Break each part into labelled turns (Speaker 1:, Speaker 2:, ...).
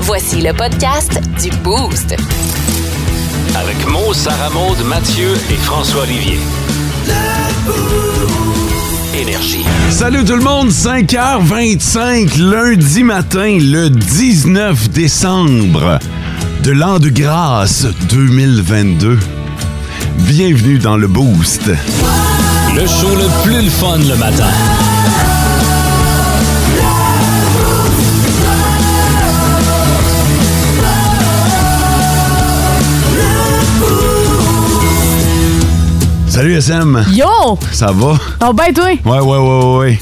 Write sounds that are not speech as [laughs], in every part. Speaker 1: Voici le podcast du Boost.
Speaker 2: Avec Mo, Sarah Maud, Mathieu et François Olivier. Énergie.
Speaker 3: Salut tout le monde, 5h25, lundi matin, le 19 décembre de l'an de grâce 2022. Bienvenue dans le Boost.
Speaker 2: Le show le plus le fun le matin.
Speaker 3: Salut SM,
Speaker 4: Yo!
Speaker 3: ça va?
Speaker 4: Oh ben toi!
Speaker 3: Ouais, ouais, ouais, ouais, ouais.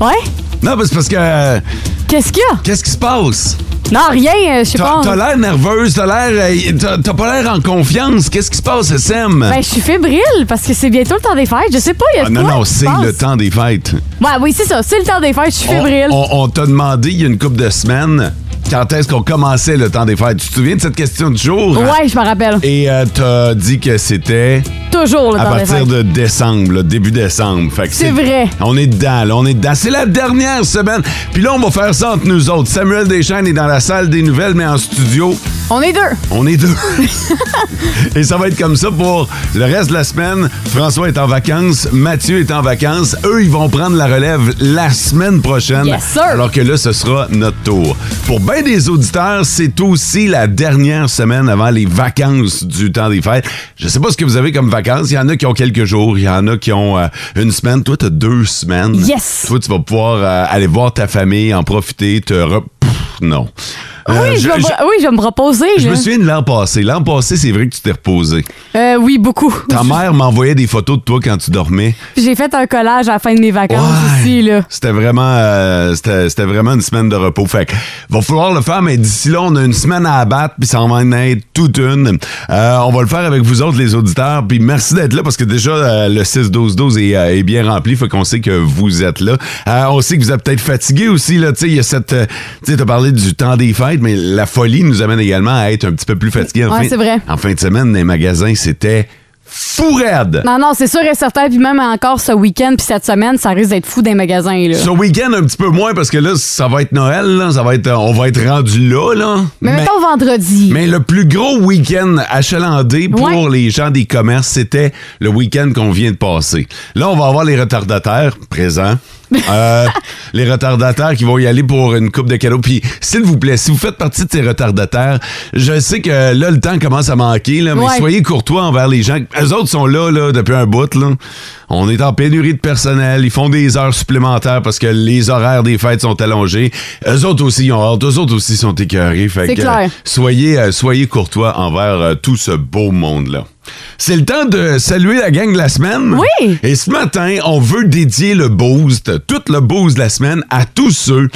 Speaker 4: Ouais?
Speaker 3: Non, mais c'est parce que... euh,
Speaker 4: Qu'est-ce qu'il y a?
Speaker 3: Qu'est-ce qui se passe?
Speaker 4: Non, rien, euh, je sais
Speaker 3: T'as
Speaker 4: pas.
Speaker 3: t'as l'air nerveuse, t'as l'air... euh, t'as- T'as pas l'air en confiance. Qu'est-ce qui se passe, SM?
Speaker 4: Ben, je suis fébrile parce que c'est bientôt le temps des fêtes. Je sais pas, il y a
Speaker 3: Ah,
Speaker 4: de
Speaker 3: non,
Speaker 4: quoi
Speaker 3: non,
Speaker 4: qui se
Speaker 3: c'est
Speaker 4: passe.
Speaker 3: le temps des fêtes.
Speaker 4: Ouais, oui, c'est ça. C'est le temps des fêtes, je suis
Speaker 3: On-
Speaker 4: fébrile.
Speaker 3: On, on t'a demandé il y a une couple de semaines quand est-ce qu'on commençait le temps des fêtes. Tu te souviens de cette question du jour?
Speaker 4: Ouais, je m'en rappelle.
Speaker 3: Et euh, t'as dit que c'était
Speaker 4: Toujours le
Speaker 3: à
Speaker 4: temps des
Speaker 3: partir
Speaker 4: fêtes.
Speaker 3: de décembre, là, début décembre. Fait que
Speaker 4: C'est vrai.
Speaker 3: On est dedans, là, on est dedans. C'est la dernière semaine. Puis là, on va faire ça entre nous autres. Samuel Deschênes est dans la salle des nouvelles, mais en studio,
Speaker 4: On est deux.
Speaker 3: on
Speaker 4: [laughs]
Speaker 3: est deux. Et ça va être comme ça pour le reste de la semaine. François est en vacances, Mathieu est en vacances. Eux, ils vont prendre la relève la semaine prochaine.
Speaker 4: Yes, sir.
Speaker 3: Alors que là, ce sera notre tour. Pour bien des auditeurs, c'est aussi la dernière semaine avant les vacances du temps des fêtes. Je sais pas ce que vous avez comme vacances. Il y en a qui ont quelques jours, il y en a qui ont euh, une semaine. Toi, tu as deux semaines.
Speaker 4: Yes.
Speaker 3: Toi, tu vas pouvoir euh, aller voir ta famille, en profiter, te... re- Pff, non. Euh,
Speaker 4: oui, je, vais, oui, je vais me proposer.
Speaker 3: je
Speaker 4: là.
Speaker 3: me souviens de l'an passé. L'an passé, c'est vrai que tu t'es reposé.
Speaker 4: Euh, oui, beaucoup.
Speaker 3: Ta mère m'envoyait des photos de toi quand tu dormais.
Speaker 4: J'ai fait un collage à la fin de mes vacances
Speaker 3: Ouais.
Speaker 4: ici, là.
Speaker 3: C'était vraiment, euh, c'était, c'était vraiment une semaine de repos. Fait que va falloir le faire, mais d'ici là, on a une semaine à abattre, puis ça en va en être toute une. Euh, on va le faire avec vous autres, les auditeurs. Puis merci d'être là, parce que déjà, euh, le 6-12-12 est, euh, est bien rempli. Fait qu'on sait que vous êtes là. Euh, on sait que vous êtes peut-être fatigué aussi. Là, tu sais, il y a cette, euh, tu sais, t'as parlé du temps des fêtes, mais la folie nous amène également à être un petit peu plus fatigué. En,
Speaker 4: Ouais,
Speaker 3: fin-
Speaker 4: c'est vrai.
Speaker 3: en fin de semaine, les magasins, c'était fou raide.
Speaker 4: Non, non, c'est sûr et certain. Puis même encore ce week-end, puis cette semaine, ça risque d'être fou des magasins, là.
Speaker 3: Ce week-end, un petit peu moins, parce que là, ça va être Noël, là, ça va être, euh, on va être rendu là, là.
Speaker 4: Mais, mettons vendredi.
Speaker 3: mais le plus gros week-end achalandé pour
Speaker 4: Ouais.
Speaker 3: les gens des commerces, c'était le week-end qu'on vient de passer. Là, on va avoir les retardataires
Speaker 4: [laughs]
Speaker 3: présents. Euh, les retardataires qui vont y aller pour une coupe de cadeaux. Puis, s'il vous plaît, si vous faites partie de ces retardataires, je sais que là, le temps commence à manquer, là, mais
Speaker 4: Ouais.
Speaker 3: soyez courtois envers les gens. Eux autres sont là, là depuis un bout. Là. On est en pénurie de personnel. Ils font des heures supplémentaires parce que les horaires des fêtes sont allongés. Eux autres aussi, ils ont hâte. Eux autres aussi sont écœurés. Fait
Speaker 4: C'est
Speaker 3: que,
Speaker 4: clair.
Speaker 3: Soyez, euh, soyez courtois envers euh, tout ce beau monde-là. C'est le temps de saluer la gang de la semaine.
Speaker 4: Oui.
Speaker 3: Et ce matin, on veut dédier le boost, tout le boost de la semaine, à tous ceux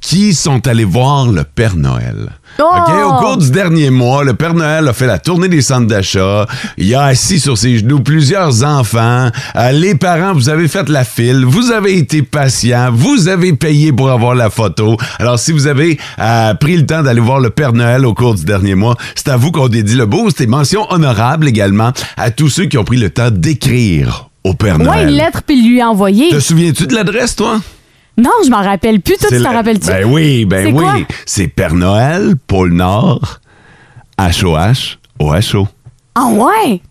Speaker 3: qui sont allés voir le Père Noël.
Speaker 4: Oh!
Speaker 3: OK? Au cours du dernier mois, le Père Noël a fait la tournée des centres d'achat. Il a assis sur ses genoux plusieurs enfants. Euh, les parents, vous avez fait la file. Vous avez été patient. Vous avez payé pour avoir la photo. Alors, si vous avez euh, pris le temps d'aller voir le Père Noël au cours du dernier mois, c'est à vous qu'on dédie le boost et mention honorable également à tous ceux qui ont pris le temps d'écrire au Père
Speaker 4: Ouais,
Speaker 3: Noël.
Speaker 4: une lettre, puis lui envoyer.
Speaker 3: Te souviens-tu de l'adresse, toi?
Speaker 4: Non, je m'en rappelle plus. Toi,
Speaker 3: C'est
Speaker 4: tu t'en
Speaker 3: la-
Speaker 4: rappelles-tu?
Speaker 3: Ben oui,
Speaker 4: C'est
Speaker 3: ben
Speaker 4: quoi?
Speaker 3: oui. C'est Père Noël, Pôle Nord, HOH, OHO.
Speaker 4: Ah ouais?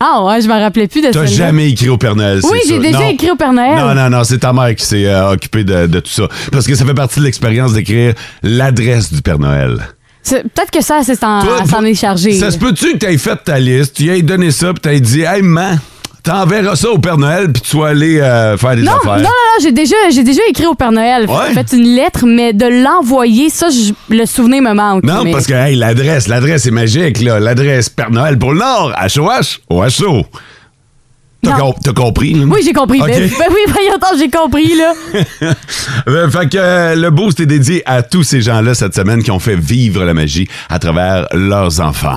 Speaker 4: Ah ouais, je m'en rappelais plus de ça.
Speaker 3: T'as jamais écrit au Père Noël, c'est
Speaker 4: Oui, j'ai
Speaker 3: ça.
Speaker 4: déjà
Speaker 3: Non.
Speaker 4: écrit au Père Noël.
Speaker 3: Non, non, non, c'est ta mère qui s'est euh, occupée de, de tout ça. Parce que ça fait partie de l'expérience d'écrire l'adresse du Père Noël.
Speaker 4: C'est- Peut-être que ça, c'est en-
Speaker 3: Toi,
Speaker 4: Ah, ça s'en est chargé.
Speaker 3: Ça
Speaker 4: là.
Speaker 3: se peut-tu que t'aies fait ta liste, tu y aies donné ça, puis t'aies dit, hey, man, t'enverras ça au Père Noël, puis tu sois allé euh, faire des
Speaker 4: non, non,
Speaker 3: affaires.
Speaker 4: non, non, j'ai déjà, j'ai déjà écrit au Père Noël.
Speaker 3: Ouais.
Speaker 4: J'ai fait une lettre, mais de l'envoyer, ça, je- le souvenir me manque.
Speaker 3: Non,
Speaker 4: mais-
Speaker 3: parce que hey, l'adresse, l'adresse est magique, là. L'adresse Père Noël pour le Nord, HOH, OHO. T'as
Speaker 4: Non.
Speaker 3: com- t'as compris? là?
Speaker 4: Oui, j'ai compris. [laughs]
Speaker 3: OK. [laughs]
Speaker 4: Ben, ben oui, voyons donc, j'ai compris, là.
Speaker 3: Euh, fait que euh, le boost est dédié à tous ces gens-là cette semaine qui ont fait vivre la magie à travers leurs enfants.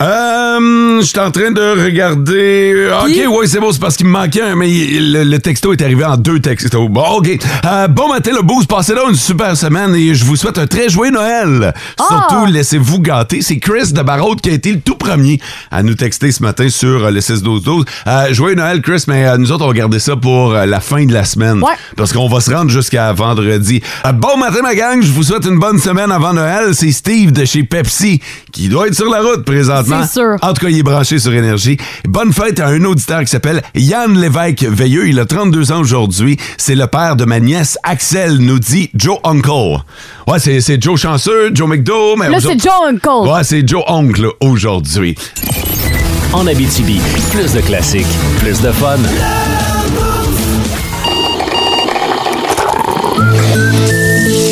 Speaker 3: Euh, je suis en train de regarder. euh,
Speaker 4: Qui?
Speaker 3: Ok, ouais, c'est bon, c'est parce qu'il me manquait un, mais il- le, le texto est arrivé en deux textos. Bon, ok. Euh, bon matin, le boost. Passez là une super semaine et je vous souhaite un très joyeux Noël. Surtout, laissez-vous gâter. C'est Chris de Barraud qui a été le tout premier à nous texter ce matin sur euh, le 6-12-12. Euh, joyeux Noël, Chris, mais euh, nous autres, on va garder ça pour euh, la fin de la semaine.
Speaker 4: Ouais.
Speaker 3: Parce qu'on va se rendre jusqu'à vendredi. Euh, bon matin, ma gang. Je vous souhaite une bonne semaine avant Noël. C'est Steve de chez Pepsi qui doit être sur la route présentement.
Speaker 4: C'est sûr.
Speaker 3: En tout cas, il est branché sur Énergie. Bonne fête à un auditeur qui s'appelle Yann Lévesque Veilleux. Il a 32 ans aujourd'hui. C'est le père de ma nièce Axel, nous dit Joe Uncle. Ouais, c'est c'est Joe Chanceux, Joe McDo. Mais
Speaker 4: Là, c'est
Speaker 3: aujourd'hui-
Speaker 4: Joe Uncle.
Speaker 3: Ouais, c'est Joe Oncle aujourd'hui.
Speaker 5: En Abitibi, plus de classiques, plus de fun.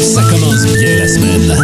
Speaker 5: Ça commence bien la semaine.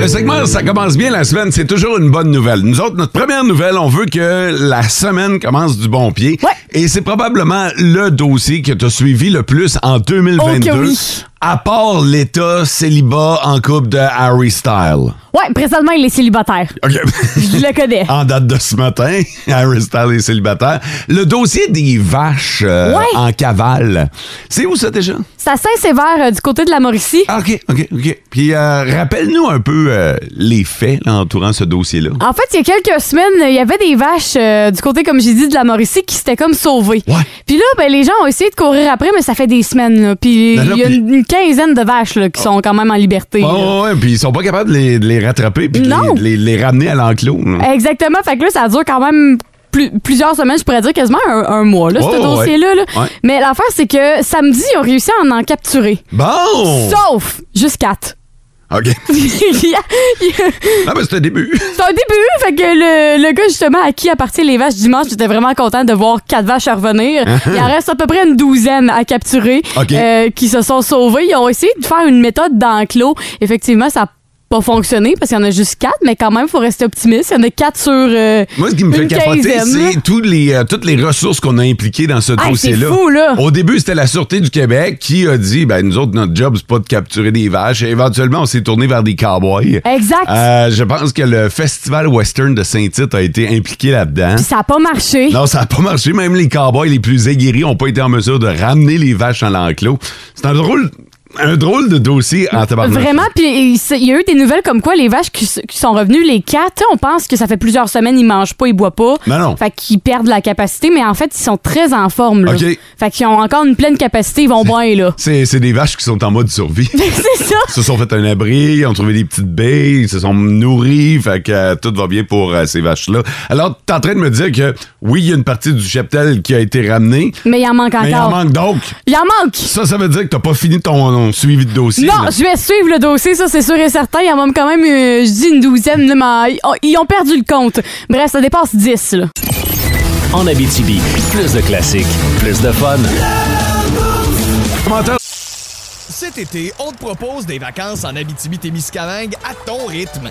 Speaker 3: Le segment, ça commence bien la semaine, c'est toujours une bonne nouvelle. Nous autres, notre première nouvelle, on veut que la semaine commence du bon pied.
Speaker 4: Ouais.
Speaker 3: Et c'est probablement le dossier que tu as suivi le plus en 2022.
Speaker 4: Oh que oui.
Speaker 3: À part l'état célibat en couple de Harry Styles.
Speaker 4: Ouais, présentement, il est célibataire. [laughs]
Speaker 3: OK.
Speaker 4: Je le connais.
Speaker 3: en date de ce matin, [laughs] Harry Styles est célibataire. Le dossier des vaches euh,
Speaker 4: Ouais.
Speaker 3: en cavale. C'est où ça déjà?
Speaker 4: Ça Saint-Sévère euh, du côté de la Mauricie.
Speaker 3: Ah, OK, OK, OK. Puis euh, rappelle-nous un peu euh, les faits là, entourant ce dossier-là.
Speaker 4: En fait, il y a quelques semaines, il y avait des vaches euh, du côté, comme j'ai dit, de la Mauricie qui s'étaient comme sauvées.
Speaker 3: Ouais.
Speaker 4: Puis là, ben, les gens ont essayé de courir après, mais ça fait des semaines. là. Puis
Speaker 3: Ben là,
Speaker 4: il y a
Speaker 3: puis- Ah. Oh.
Speaker 4: une, une quinzaine de vaches là, qui sont quand même en liberté.
Speaker 3: Ouais,
Speaker 4: là.
Speaker 3: ouais, ouais, puis ils sont pas capables de les, de les rattraper puis de
Speaker 4: euh, Non. Euh,
Speaker 3: les, de les- de les ramener à l'enclos. là.
Speaker 4: Exactement. Fait que là, ça dure quand même plus- plusieurs semaines, je pourrais dire quasiment un, un mois, là,
Speaker 3: Oh,
Speaker 4: ce
Speaker 3: ouais.
Speaker 4: dossier-là. là.
Speaker 3: Ouais.
Speaker 4: Mais l'affaire, c'est que samedi, ils ont réussi à en, en capturer.
Speaker 3: Bon!
Speaker 4: Sauf juste quatre. [laughs]
Speaker 3: OK.
Speaker 4: Il y a- il y a-
Speaker 3: Ah, ben, c'est un début.
Speaker 4: C'est un début, fait que le, le gars justement à qui appartiennent les vaches dimanche, j'étais vraiment content de voir quatre vaches à revenir. Il en reste à peu près une douzaine à capturer
Speaker 3: Ah, OK.
Speaker 4: euh, qui se sont sauvées. Ils ont essayé de faire une méthode d'enclos. Effectivement, ça n'a pas fonctionné parce qu'il y en a juste quatre, mais quand même, il faut rester optimiste. Il y en a quatre sur euh,
Speaker 3: Moi, ce qui me fait
Speaker 4: une
Speaker 3: capoter,
Speaker 4: quinzaine, là.
Speaker 3: c'est tous les, euh, toutes les ressources qu'on a impliquées dans ce
Speaker 4: c'est
Speaker 3: dossier-là.
Speaker 4: fou, là.
Speaker 3: Au début, c'était la Sûreté du Québec qui a dit, ben, nous autres, notre job, c'est pas de capturer des vaches. Et éventuellement, on s'est tourné vers des cowboys.
Speaker 4: Exact.
Speaker 3: Euh, je pense que le Festival Western de Saint-Tite a été impliqué là-dedans.
Speaker 4: Puis ça n'a pas [laughs] marché.
Speaker 3: Non, ça n'a pas marché. Même les cowboys les plus aguerris n'ont pas été en mesure de ramener les vaches à l'enclos. C'est un drôle, un drôle de dossier en tabarnak.
Speaker 4: Vraiment, puis il s- il y a eu des nouvelles comme quoi les vaches qui, s- qui sont revenues, les quatre, tu sais, on pense que ça fait plusieurs semaines, ils mangent pas, ils boivent pas.
Speaker 3: Non, Ben non.
Speaker 4: Fait qu'ils perdent la capacité, mais en fait, ils sont très en forme. Là.
Speaker 3: OK.
Speaker 4: Fait qu'ils ont encore une pleine capacité, ils vont bien, là. [laughs]
Speaker 3: C'est c'est des vaches qui sont en mode survie. Ils
Speaker 4: C'est ça.
Speaker 3: se sont fait un abri, ils ont trouvé des petites baies, ils se sont nourris, fait que euh, tout va bien pour euh, ces vaches-là. Alors, t'es en train de me dire que oui, il y a une partie du cheptel qui a été ramenée,
Speaker 4: Mais il en manque
Speaker 3: mais il en
Speaker 4: encore.
Speaker 3: manque donc.
Speaker 4: Il en manque.
Speaker 3: Ça, ça veut dire que t'as pas fini ton, ton suivi de dossier.
Speaker 4: Non,
Speaker 3: là.
Speaker 4: je vais suivre le dossier, ça c'est sûr et certain. Il y en a quand même, euh, je dis une douzaine, là, mais ils ont- ils ont perdu le compte. Bref, ça dépasse 10. Là.
Speaker 5: En Abitibi, plus de classiques, plus de fun.
Speaker 3: Commentaire
Speaker 6: Cet été, on te propose des vacances en Abitibi-Témiscamingue à ton rythme.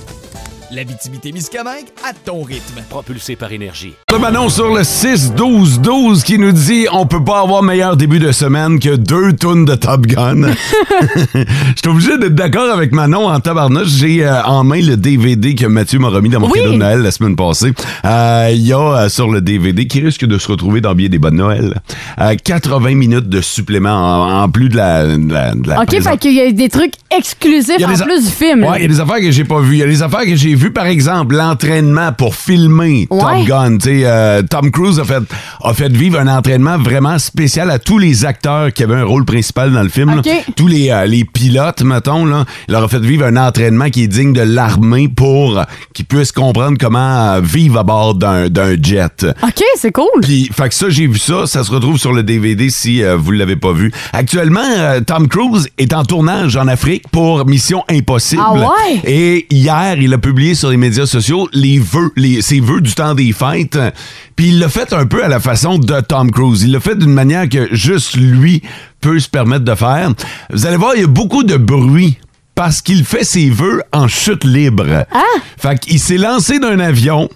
Speaker 6: L'Abitibi-Témiscamingue à ton rythme.
Speaker 5: Propulsé par énergie.
Speaker 3: Le Manon sur le 6-12-12 qui nous dit on peut pas avoir meilleur début de semaine que deux tonnes de Top
Speaker 4: [laughs]
Speaker 3: Gun. Je suis obligé d'être d'accord avec Manon en tabarnouche. J'ai euh, en main le DVD que Mathieu m'a remis dans mon
Speaker 4: Oui.
Speaker 3: cadeau de Noël la semaine passée. Euh, Il y a euh, sur le DVD qui risque de se retrouver dans Bien des bonnes Noël. euh, 80 minutes de supplément en, en plus de la, de la, de la
Speaker 4: OK,
Speaker 3: présent-
Speaker 4: fait qu'il y a des trucs exclusifs
Speaker 3: Il y a
Speaker 4: en
Speaker 3: des a-
Speaker 4: plus du film. là.
Speaker 3: Ouais, il y a des affaires que j'ai pas vues. Il y a des affaires que j'ai vu, par exemple, l'entraînement pour filmer Top
Speaker 4: Ouais.
Speaker 3: Gun. Tu sais, euh, Tom Cruise a fait, a fait vivre un entraînement vraiment spécial à tous les acteurs qui avaient un rôle principal dans le film. là.
Speaker 4: Ok.
Speaker 3: Tous les, euh, les pilotes, mettons, là, il leur a fait vivre un entraînement qui est digne de l'armée pour euh, qu'ils puissent comprendre comment euh, vivre à bord d'un d'un jet.
Speaker 4: OK, c'est cool.
Speaker 3: Puis, fait que ça, j'ai vu ça. Ça se retrouve sur le DVD si euh, vous l'avez pas vu. Actuellement, euh, Tom Cruise est en tournage en Afrique pour Mission Impossible.
Speaker 4: Ah ouais?
Speaker 3: Et hier, il a publié sur les médias sociaux les vœux, les, ses vœux du temps des fêtes. Puis il l'a fait un peu à la façon de Tom Cruise. Il l'a fait d'une manière que juste lui peut se permettre de faire. Vous allez voir, il y a beaucoup de bruit. Parce qu'il fait ses vœux en chute libre. Fait qu'il s'est lancé d'un avion,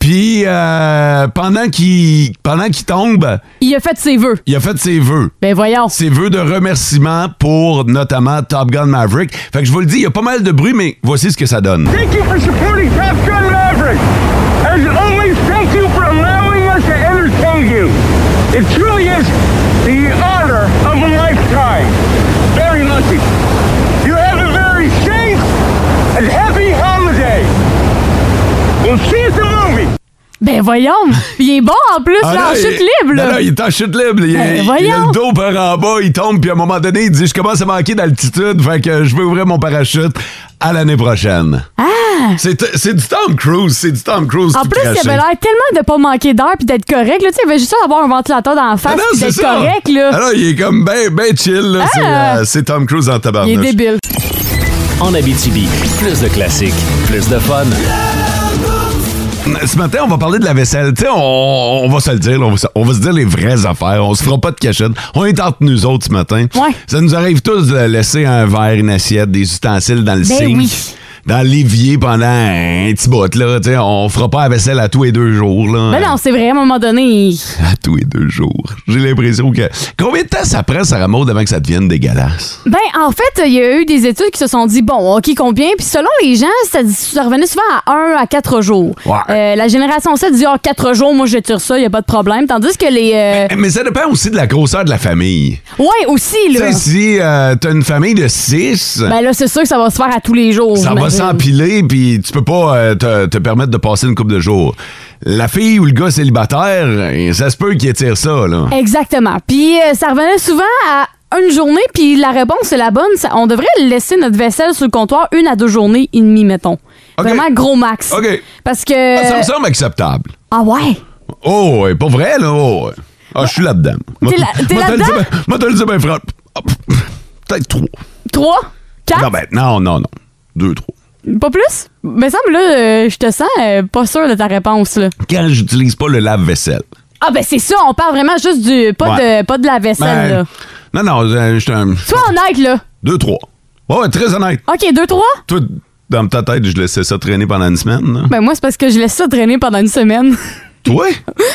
Speaker 3: puis euh, pendant qu'il pendant qu'il tombe,
Speaker 4: Il a fait ses vœux.
Speaker 3: il a fait ses vœux.
Speaker 4: Ben voyons.
Speaker 3: Ses vœux de remerciement pour notamment Top Gun Maverick. Fait que je vous le dis, il y a pas mal de bruit, mais voici ce que ça donne.
Speaker 7: Thank you for supporting Top Gun Maverick. As always, thank you for allowing us to entertain you. It truly is the honor of a lifetime. Very lucky. You have a very safe and happy holiday. We'll see you at the movie.
Speaker 4: Ben voyons. Il est bon en plus,
Speaker 3: Ah
Speaker 4: là, en
Speaker 3: non,
Speaker 4: chute
Speaker 3: il-
Speaker 4: libre.
Speaker 3: Non, non,
Speaker 4: Là.
Speaker 3: il est en chute libre. Il,
Speaker 4: Ben,
Speaker 3: il-
Speaker 4: voyons.
Speaker 3: il a le dos par en bas, il tombe, puis à un moment donné, il dit Je commence à manquer d'altitude, fait que je vais ouvrir mon parachute à l'année prochaine. C'est c'est du Tom Cruise, c'est du Tom Cruise.
Speaker 4: Ah! En
Speaker 3: tout
Speaker 4: plus, il
Speaker 3: craché.
Speaker 4: avait l'air tellement de pas manquer d'air puis d'être correct. Là, Tu sais, il avait juste avoir un ventilateur dans la
Speaker 3: Ah
Speaker 4: face
Speaker 3: non,
Speaker 4: puis
Speaker 3: c'est
Speaker 4: d'être
Speaker 3: ça.
Speaker 4: correct. Là.
Speaker 3: Ah non, il est comme ben, ben chill. là. C'est,
Speaker 4: Ah.
Speaker 3: euh, C'est Tom Cruise en
Speaker 4: il
Speaker 3: tabarnouche.
Speaker 4: est débile.
Speaker 5: En Abitibi, plus de classiques, plus de fun.
Speaker 3: Ce matin, on va parler de la vaisselle. Tu sais, on, on va se le dire, là, on va, se- on va se dire les vraies affaires. On se fera pas de cachette. On est entre nous autres ce matin.
Speaker 4: Ouais.
Speaker 3: Ça nous arrive tous de laisser un verre, une assiette, des ustensiles dans le
Speaker 4: Ben
Speaker 3: sink.
Speaker 4: oui.
Speaker 3: Dans l'évier pendant un petit bout, là. Tu sais, on fera pas la vaisselle à tous les deux jours, là.
Speaker 4: Ben non, c'est vrai, à un moment donné. il-
Speaker 3: À tous les deux jours. J'ai l'impression que. Combien de temps ça prend, Sarah Maud, avant que ça devienne dégueulasse?
Speaker 4: Ben, en fait, il y a eu des études qui se sont dit, bon, OK, combien? Puis selon les gens, ça, ça revenait souvent à 1 à 4 jours.
Speaker 3: Ouais.
Speaker 4: Euh, la génération 7 dit, ah, 4 jours, moi, je tire ça, il a pas de problème. Tandis que les... euh,
Speaker 3: Mais ça dépend aussi de la grosseur de la famille.
Speaker 4: Ouais, aussi,
Speaker 3: Tu
Speaker 4: là.
Speaker 3: sais, si euh, t'as une famille de six,
Speaker 4: Ben là, c'est sûr que ça va se faire à tous les jours.
Speaker 3: ça va
Speaker 4: j'imagine.
Speaker 3: s'empiler, puis tu peux pas euh, te, te permettre de passer une couple de jours. La fille ou le gars célibataire, euh, ça se peut qu'il étire ça, là.
Speaker 4: Exactement. Puis euh, ça revenait souvent à une journée, puis la réponse, c'est la bonne. Ça- on devrait laisser notre vaisselle sur le comptoir une à deux journées et demie, mettons.
Speaker 3: OK.
Speaker 4: Vraiment gros max.
Speaker 3: OK.
Speaker 4: Parce que...
Speaker 3: Ah, ça me semble acceptable.
Speaker 4: Ah ouais?
Speaker 3: Oh, ouais, pas vrai, là. oh, ouais. Ah, je suis là-dedans. Moi,
Speaker 4: là- t'es
Speaker 3: moi, te le
Speaker 4: là-dedans?
Speaker 3: dis ben- Moi, te le dis bien, frère. Ah, pff, Peut-être trois.
Speaker 4: Trois? Quatre?
Speaker 3: Non, ben, non, non, non. Deux, trois.
Speaker 4: Pas plus? Mais ça me là, euh, je te sens euh, pas sûr de ta réponse là.
Speaker 3: Quand j'utilise pas le lave-vaisselle.
Speaker 4: Ah ben c'est ça, on parle vraiment juste du pas
Speaker 3: Ouais.
Speaker 4: de pas de la
Speaker 3: Ben,
Speaker 4: vaisselle là.
Speaker 3: non, non, euh, je suis un.
Speaker 4: Sois honnête là.
Speaker 3: Deux, trois. Ouais, ouais, très honnête.
Speaker 4: OK, deux trois?
Speaker 3: Toi, dans ta tête, je laissais ça traîner pendant une semaine. là.
Speaker 4: Ben moi c'est parce que je laisse ça traîner pendant une semaine. [laughs]
Speaker 3: Toi?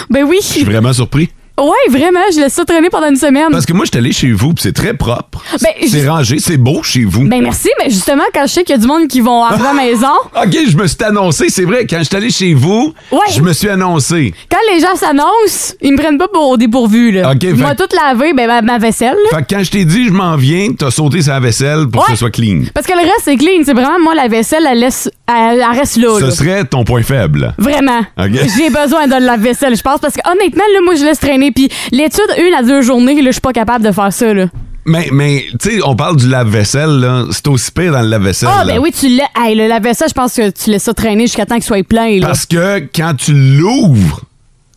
Speaker 4: ben oui.
Speaker 3: Je suis vraiment surpris.
Speaker 4: Ouais, vraiment, je laisse ça traîner pendant une semaine.
Speaker 3: Parce que moi, je suis allé chez vous, puis c'est très propre.
Speaker 4: Ben,
Speaker 3: c'est
Speaker 4: je-
Speaker 3: rangé, c'est beau chez vous.
Speaker 4: Ben merci, mais justement quand je sais qu'il y a du monde qui vont à
Speaker 3: [laughs]
Speaker 4: la maison,
Speaker 3: OK, je me suis annoncé, c'est vrai, quand je suis allé chez vous,
Speaker 4: Ouais.
Speaker 3: je me suis annoncé.
Speaker 4: quand les gens s'annoncent, ils me prennent pas pour au dépourvu là.
Speaker 3: OK, fait-
Speaker 4: Moi tout lavé ben ma, ma vaisselle. là.
Speaker 3: Fait que quand je t'ai dit je m'en viens, t'as sauté sa vaisselle pour que
Speaker 4: Ouais.
Speaker 3: ce soit clean.
Speaker 4: Parce que le reste c'est clean, c'est vraiment moi la vaisselle elle laisse elle, elle reste là.
Speaker 3: Ce
Speaker 4: là.
Speaker 3: serait ton point faible.
Speaker 4: Vraiment.
Speaker 3: Ok.
Speaker 4: [laughs] J'ai besoin de la vaisselle, je pense, parce que honnêtement, là, moi, je laisse traîner. Puis l'étude, une à deux journées, là, je suis pas capable de faire ça, là.
Speaker 3: Mais, mais tu sais, on parle du lave-vaisselle, là. C'est aussi pire dans le lave-vaisselle.
Speaker 4: Ah,
Speaker 3: là.
Speaker 4: ben oui, tu laisses. Hey, le lave-vaisselle, je pense que tu laisses ça traîner jusqu'à temps qu'il soit plein, là.
Speaker 3: Parce que quand tu l'ouvres,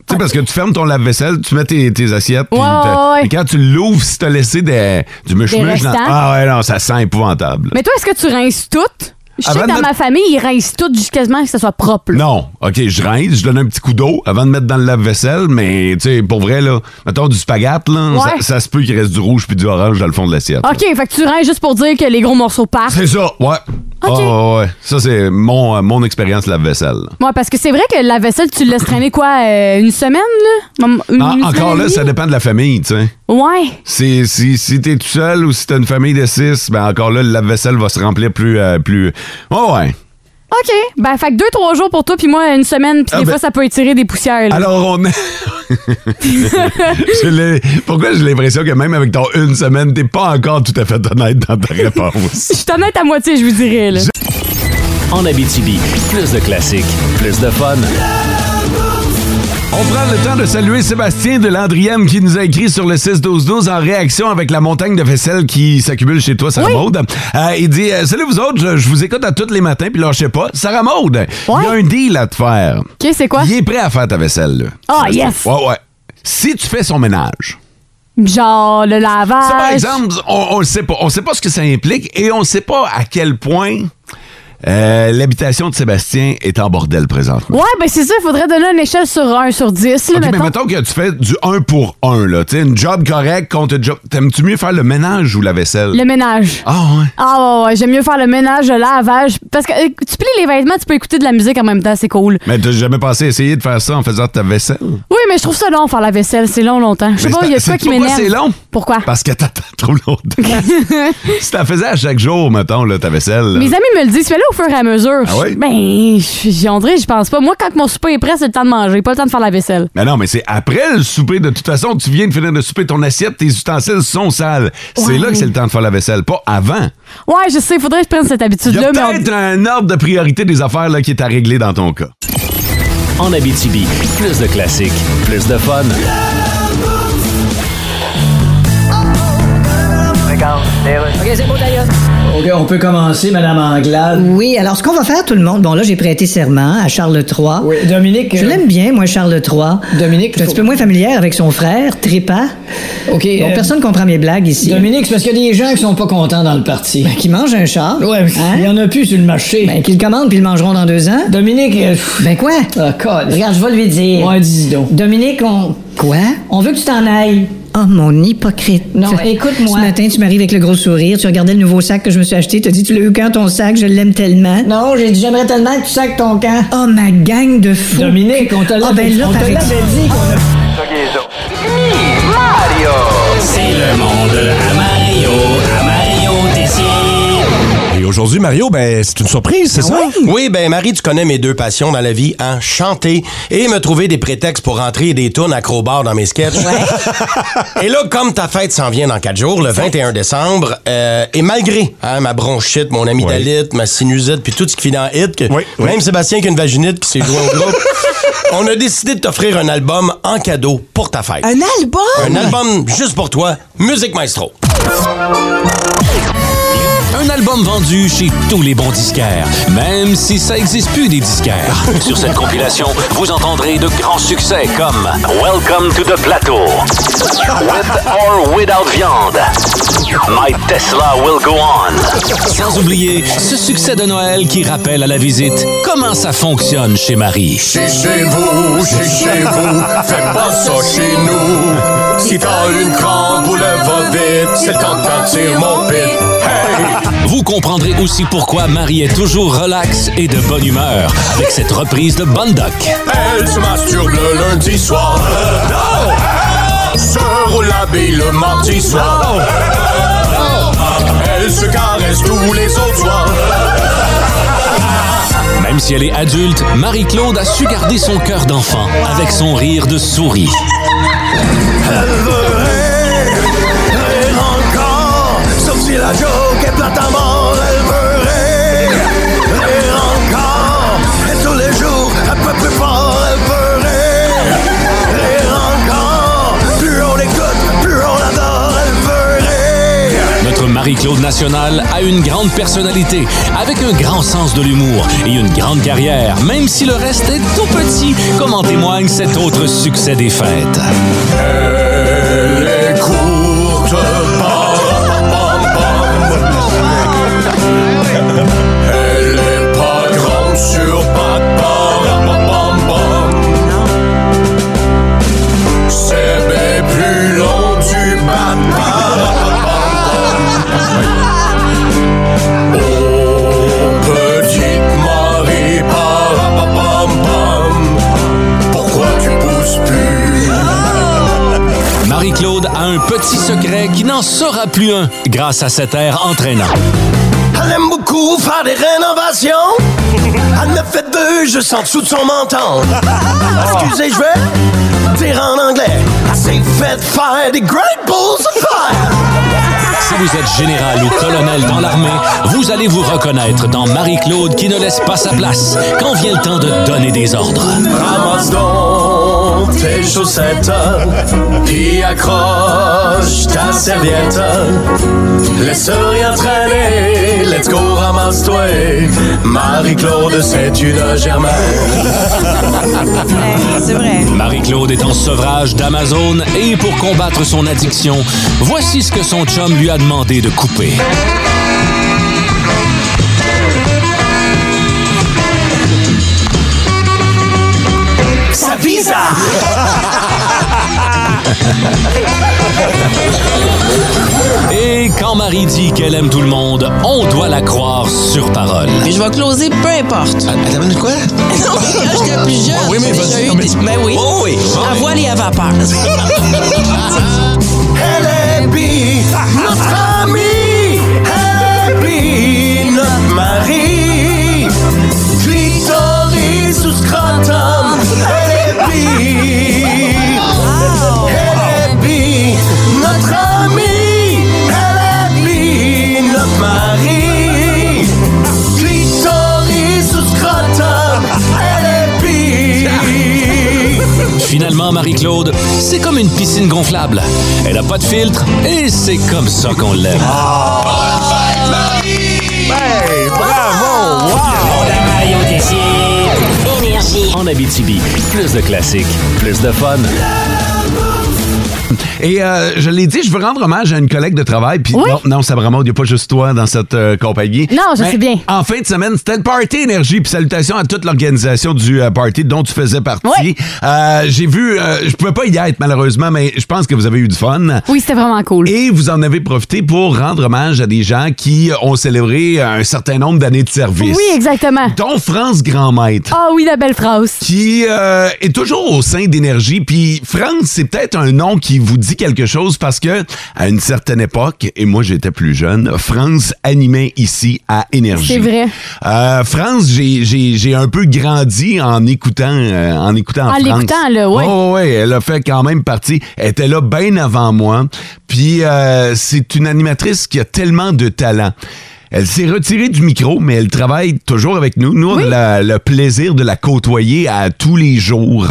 Speaker 3: tu sais, parce que tu fermes ton lave-vaisselle, tu mets tes, tes assiettes. puis
Speaker 4: Ouais,
Speaker 3: t'as-
Speaker 4: ouais, ouais.
Speaker 3: Mais quand tu l'ouvres, si t'as laissé des, du mush-mush dans.
Speaker 4: restants.
Speaker 3: Ah ouais, non, ça sent épouvantable.
Speaker 4: Mais toi, est-ce que tu rinces tout? Je sais
Speaker 3: Avant
Speaker 4: que
Speaker 3: de
Speaker 4: dans
Speaker 3: mettre-
Speaker 4: ma famille, ils rincent tout jusqu'à quasiment que ça soit propre. là.
Speaker 3: Non, ok, je rince, je donne un petit coup d'eau avant de mettre dans le lave-vaisselle, mais tu sais, pour vrai, là, mettons du spaghette, là,
Speaker 4: Ouais.
Speaker 3: ça, ça se peut qu'il reste du rouge puis du orange dans le fond de l'assiette.
Speaker 4: OK, fait que tu rinces juste pour dire que les gros morceaux partent.
Speaker 3: C'est ça, ouais. Ah, ouais, ouais. Ça, c'est mon, euh, mon expérience lave-vaisselle. là.
Speaker 4: Ouais, parce que c'est vrai que la vaisselle, tu le laisses traîner quoi, euh, une semaine, là? Une- une
Speaker 3: En-
Speaker 4: semaine
Speaker 3: Ah, encore
Speaker 4: et
Speaker 3: là,
Speaker 4: demie?
Speaker 3: ça dépend de la famille, tu sais.
Speaker 4: Ouais.
Speaker 3: Si, si, si t'es tout seul ou si t'as une famille de six, ben encore là, le lave-vaisselle va se remplir plus. euh, plus... Oh ouais.
Speaker 4: OK. Ben, fait que deux, trois jours pour toi, puis moi, une semaine, puis
Speaker 3: Ah,
Speaker 4: des
Speaker 3: ben-
Speaker 4: fois, ça peut étirer des poussières, là.
Speaker 3: Alors on. [laughs] Je l'ai- Pourquoi j'ai l'impression que même avec ton une semaine, t'es pas encore tout à fait honnête dans ta réponse?
Speaker 4: Je suis honnête à moitié, je vous dirais. Là.
Speaker 5: en Abitibi. Plus de classiques, plus de fun.
Speaker 3: On prend le temps de saluer Sébastien de Landrième qui nous a écrit sur le 6-12-12 en réaction avec la montagne de vaisselle qui s'accumule chez toi, Sarah Maud. Euh, il dit euh, Salut vous autres, je, je vous écoute à tous les matins, puis lâchez pas. Sarah Maud, il y a un deal à te faire.
Speaker 4: OK, c'est quoi?
Speaker 3: Il est prêt à faire ta vaisselle, là.
Speaker 4: Ah, yes!
Speaker 3: Ouais, ouais. Si tu fais son ménage,
Speaker 4: Genre le lavage.
Speaker 3: ça, par exemple, on, on le sait pas. On sait pas ce que ça implique et on sait pas à quel point euh, l'habitation de Sébastien est en bordel présentement.
Speaker 4: Ouais, ben c'est ça, il faudrait donner une échelle sur 1 sur 10. Là,
Speaker 3: OK, Ah, mais
Speaker 4: mettons.
Speaker 3: mettons que tu fais du 1 pour 1, là. Tu sais, une job correcte contre une job. T'aimes-tu mieux faire le ménage ou la vaisselle?
Speaker 4: Le ménage.
Speaker 3: Ah, ouais.
Speaker 4: Ah ouais, ouais, j'aime mieux faire le ménage, le lavage. Parce que euh, tu plies les vêtements, tu peux écouter de la musique en même temps, c'est cool.
Speaker 3: Mais t'as jamais pensé essayer de faire ça en faisant ta vaisselle?
Speaker 4: Oui, mais je trouve ça long faire la vaisselle, c'est long longtemps. Je sais
Speaker 3: Mais
Speaker 4: pas, il y a
Speaker 3: c'est-
Speaker 4: ça qui
Speaker 3: pourquoi
Speaker 4: m'énerve.
Speaker 3: c'est long?
Speaker 4: Pourquoi?
Speaker 3: Parce que t'attends trop
Speaker 4: [laughs]
Speaker 3: longtemps. si t'en faisais à chaque jour, mettons, là, ta vaisselle.
Speaker 4: Mes amis me le disent, fais-le au fur et à mesure.
Speaker 3: Ah ouais?
Speaker 4: Ben, je- je- on dirait, je pense pas. Moi, quand mon souper est prêt, c'est le temps de manger, pas le temps de faire la vaisselle.
Speaker 3: Mais non, mais c'est après le souper. De toute façon, tu viens de finir de souper, ton assiette, tes ustensiles sont sales.
Speaker 4: Ouais.
Speaker 3: C'est là que c'est le temps de faire la vaisselle, pas avant.
Speaker 4: Ouais, je sais, faudrait que je prenne cette
Speaker 3: Il y
Speaker 4: habitude-là,
Speaker 3: a
Speaker 4: mais on-
Speaker 3: peut-être un ordre de priorité des affaires là, qui est à régler dans ton cas.
Speaker 5: En Abitibi, plus de classiques, plus de fun.
Speaker 8: OK, on peut commencer, Madame Anglade.
Speaker 9: Oui, alors ce qu'on va faire tout le monde, bon là j'ai prêté serment à Charles III.
Speaker 8: Oui, Dominique.
Speaker 9: Je
Speaker 8: euh,
Speaker 9: l'aime bien, moi, Charles III.
Speaker 8: Dominique,
Speaker 9: Je suis un
Speaker 8: faut-
Speaker 9: petit peu moins familière avec son frère, Trépas.
Speaker 8: OK.
Speaker 9: Bon,
Speaker 8: euh,
Speaker 9: personne comprend mes blagues ici. Ben,
Speaker 8: Dominique, c'est parce qu'il y a des gens qui sont pas contents dans le parti.
Speaker 9: Qui mange un char.
Speaker 8: Ouais, mais il y
Speaker 9: Hein?
Speaker 8: en a plus sur le marché.
Speaker 9: Ben, qu'il commande puis ils le mangeront dans deux ans.
Speaker 8: Dominique, euh, pff,
Speaker 9: Ben quoi?
Speaker 8: ah, colle.
Speaker 9: Regarde, je vais lui dire.
Speaker 8: Ouais, dis donc.
Speaker 9: Dominique, on. Quoi? On veut que tu t'en ailles. Oh, mon hypocrite.
Speaker 8: Non, écoute-moi.
Speaker 9: Ce matin, tu m'arrives avec le gros sourire, tu regardais le nouveau sac que je me suis acheté, t'as dit, tu l'as eu quand ton sac, je l'aime tellement.
Speaker 8: Non, j'ai dit j'aimerais tellement que tu sacs ton camp.
Speaker 9: Oh, ma gang de fous.
Speaker 8: Dominique, on te
Speaker 9: Ah, ben
Speaker 8: l'avait
Speaker 9: là,
Speaker 8: on te
Speaker 9: par
Speaker 8: l'avait
Speaker 9: exemple.
Speaker 8: dit qu'on a-
Speaker 5: C'est le monde à Mario, à Mario
Speaker 10: Et aujourd'hui, Mario, ben, c'est une surprise,
Speaker 4: Ah
Speaker 10: c'est ça?
Speaker 11: Hein?
Speaker 10: Oui, ben, Marie, tu connais mes deux passions dans la vie, hein? Chanter et me trouver des prétextes pour rentrer des tunes acrobar dans mes sketchs. [laughs] et là, comme ta fête s'en vient dans quatre jours, le 21 décembre, euh, et malgré hein, ma bronchite, mon amygdalite, ma sinusite, puis tout ce qui fait dans hit, que
Speaker 3: Oui, oui.
Speaker 10: même Sébastien qui a une vaginite qui s'est joint
Speaker 11: [laughs]
Speaker 10: au groupe, on a décidé de t'offrir un album en cadeau pour ta fête.
Speaker 11: Un album?
Speaker 10: Un album juste pour toi, Musique Maestro.
Speaker 5: Un album vendu chez tous les bons disquaires, même si ça n'existe plus des disquaires.
Speaker 2: [laughs] Sur cette compilation, vous entendrez de grands succès comme Welcome to the Plateau, With or Without Viande, My Tesla Will Go On,
Speaker 5: Sans oublier ce succès de Noël qui rappelle à la visite comment ça fonctionne chez Marie.
Speaker 7: Chez, chez vous, chez, chez vous, faites pas ça chez nous. Si t'as une crampe ou le va vite, c'est le temps de partir, mon pit.
Speaker 5: Vous comprendrez aussi pourquoi Marie est toujours relaxe et de bonne humeur avec cette reprise de Bondoc.
Speaker 7: Elle se masturbe le lundi soir. Non! Se roule la bille le mardi soir. Elle se caresse tous les autres soirs.
Speaker 5: Même si elle est adulte, Marie-Claude a su garder son cœur d'enfant avec son rire de souris.
Speaker 7: encore, sauf si la joke est plate à mort, elle veut rire, rire encore, et tous les jours, un peu plus fort, elle veut rire, rire encore, plus on l'écoute, plus on l'adore, elle veut rire.
Speaker 5: Notre Marie-Claude nationale a une grande personnalité, avec un grand sens de l'humour et une grande carrière, même si le reste est tout petit, comme en témoigne cet autre succès des fêtes.
Speaker 7: Elle est courte, Elle est pas grande sur pas C'est bien plus long du Oh, petite Marie, Pourquoi tu pousses plus
Speaker 5: Marie-Claude a un petit secret qui n'en sera plus un grâce à cet air entraînant.
Speaker 7: Elle aime beaucoup faire des rénovations. Elle me fait deux juste en dessous de son menton. Excusez, je vais dire en anglais. Elle s'est fait faire des Great Balls of Fire.
Speaker 5: Cette vous êtes général ou colonel dans l'armée, vous allez vous reconnaître dans Marie-Claude qui ne laisse pas sa place quand vient le temps de donner des ordres.
Speaker 7: Ramasse donc tes chaussettes, puis accroche ta serviette. Laisse rien traîner, let's go, ramasse-toi. Marie-Claude, c'est une germaine.
Speaker 12: C'est vrai.
Speaker 5: Marie-Claude est en sevrage d'Amazon et pour combattre son addiction, voici ce que son chum lui a demandé de couper.
Speaker 7: Ça pizza!
Speaker 5: Et quand Marie dit qu'elle aime tout le monde, on doit la croire sur parole.
Speaker 12: Puis je vais closer, peu importe. T'as de quoi? [laughs] Non, mais quand j'étais plus jeune, oui, mais j'ai déjà eu des... Ben oui. Oh oui. À voile et à
Speaker 7: [laughs]
Speaker 12: vapeur.
Speaker 7: Elle est bi, notre amie. Elle est bi, notre mari. Clitoris ou scrotum. Elle est bi. Elle est bi, notre amie. Elle est bi, notre mari. Clitoris ou scrotum. Elle est bi.
Speaker 5: Finalement, Marie-Claude, c'est comme une piscine gonflable. Elle a pas de filtre et c'est comme ça qu'on l'aime.
Speaker 7: bravo!
Speaker 5: En Abitibi, plus de classiques, plus de fun.
Speaker 3: Et euh, je l'ai dit, je veux rendre hommage à une collègue de travail. Puis non, non, Sabra Maud, il n'y a pas juste toi dans cette euh, compagnie.
Speaker 4: Non, je
Speaker 3: Mais
Speaker 4: sais bien.
Speaker 3: En fin de semaine, c'était le Party Énergie. Puis salutations à toute l'organisation du euh, Party dont tu faisais partie. Euh, J'ai vu, euh, je ne pouvais pas y être malheureusement, mais je pense que vous avez eu du fun.
Speaker 4: Oui, c'était vraiment cool.
Speaker 3: Et vous en avez profité pour rendre hommage à des gens qui ont célébré un certain nombre d'années de service.
Speaker 4: Oui, exactement.
Speaker 3: Dont France Grand Maître.
Speaker 4: Ah oui, la belle phrase.
Speaker 3: Qui euh, est toujours au sein d'énergie. Puis France, c'est peut-être un nom qui vous dit quelque chose parce que à une certaine époque, et moi j'étais plus jeune, France animait ici à énergie.
Speaker 4: C'est vrai.
Speaker 3: Euh, France, j'ai- j'ai j'ai un peu grandi en écoutant, euh, en écoutant Oh,
Speaker 4: En
Speaker 3: France.
Speaker 4: l'écoutant, là, ouais.
Speaker 3: Ouais, ouais, ouais, elle a fait quand même partie. Elle était là bien avant moi. Puis euh, c'est une animatrice qui a tellement de talent. Elle s'est retirée du micro, mais elle travaille toujours avec nous. Nous, on a la- le plaisir de la côtoyer à tous les jours.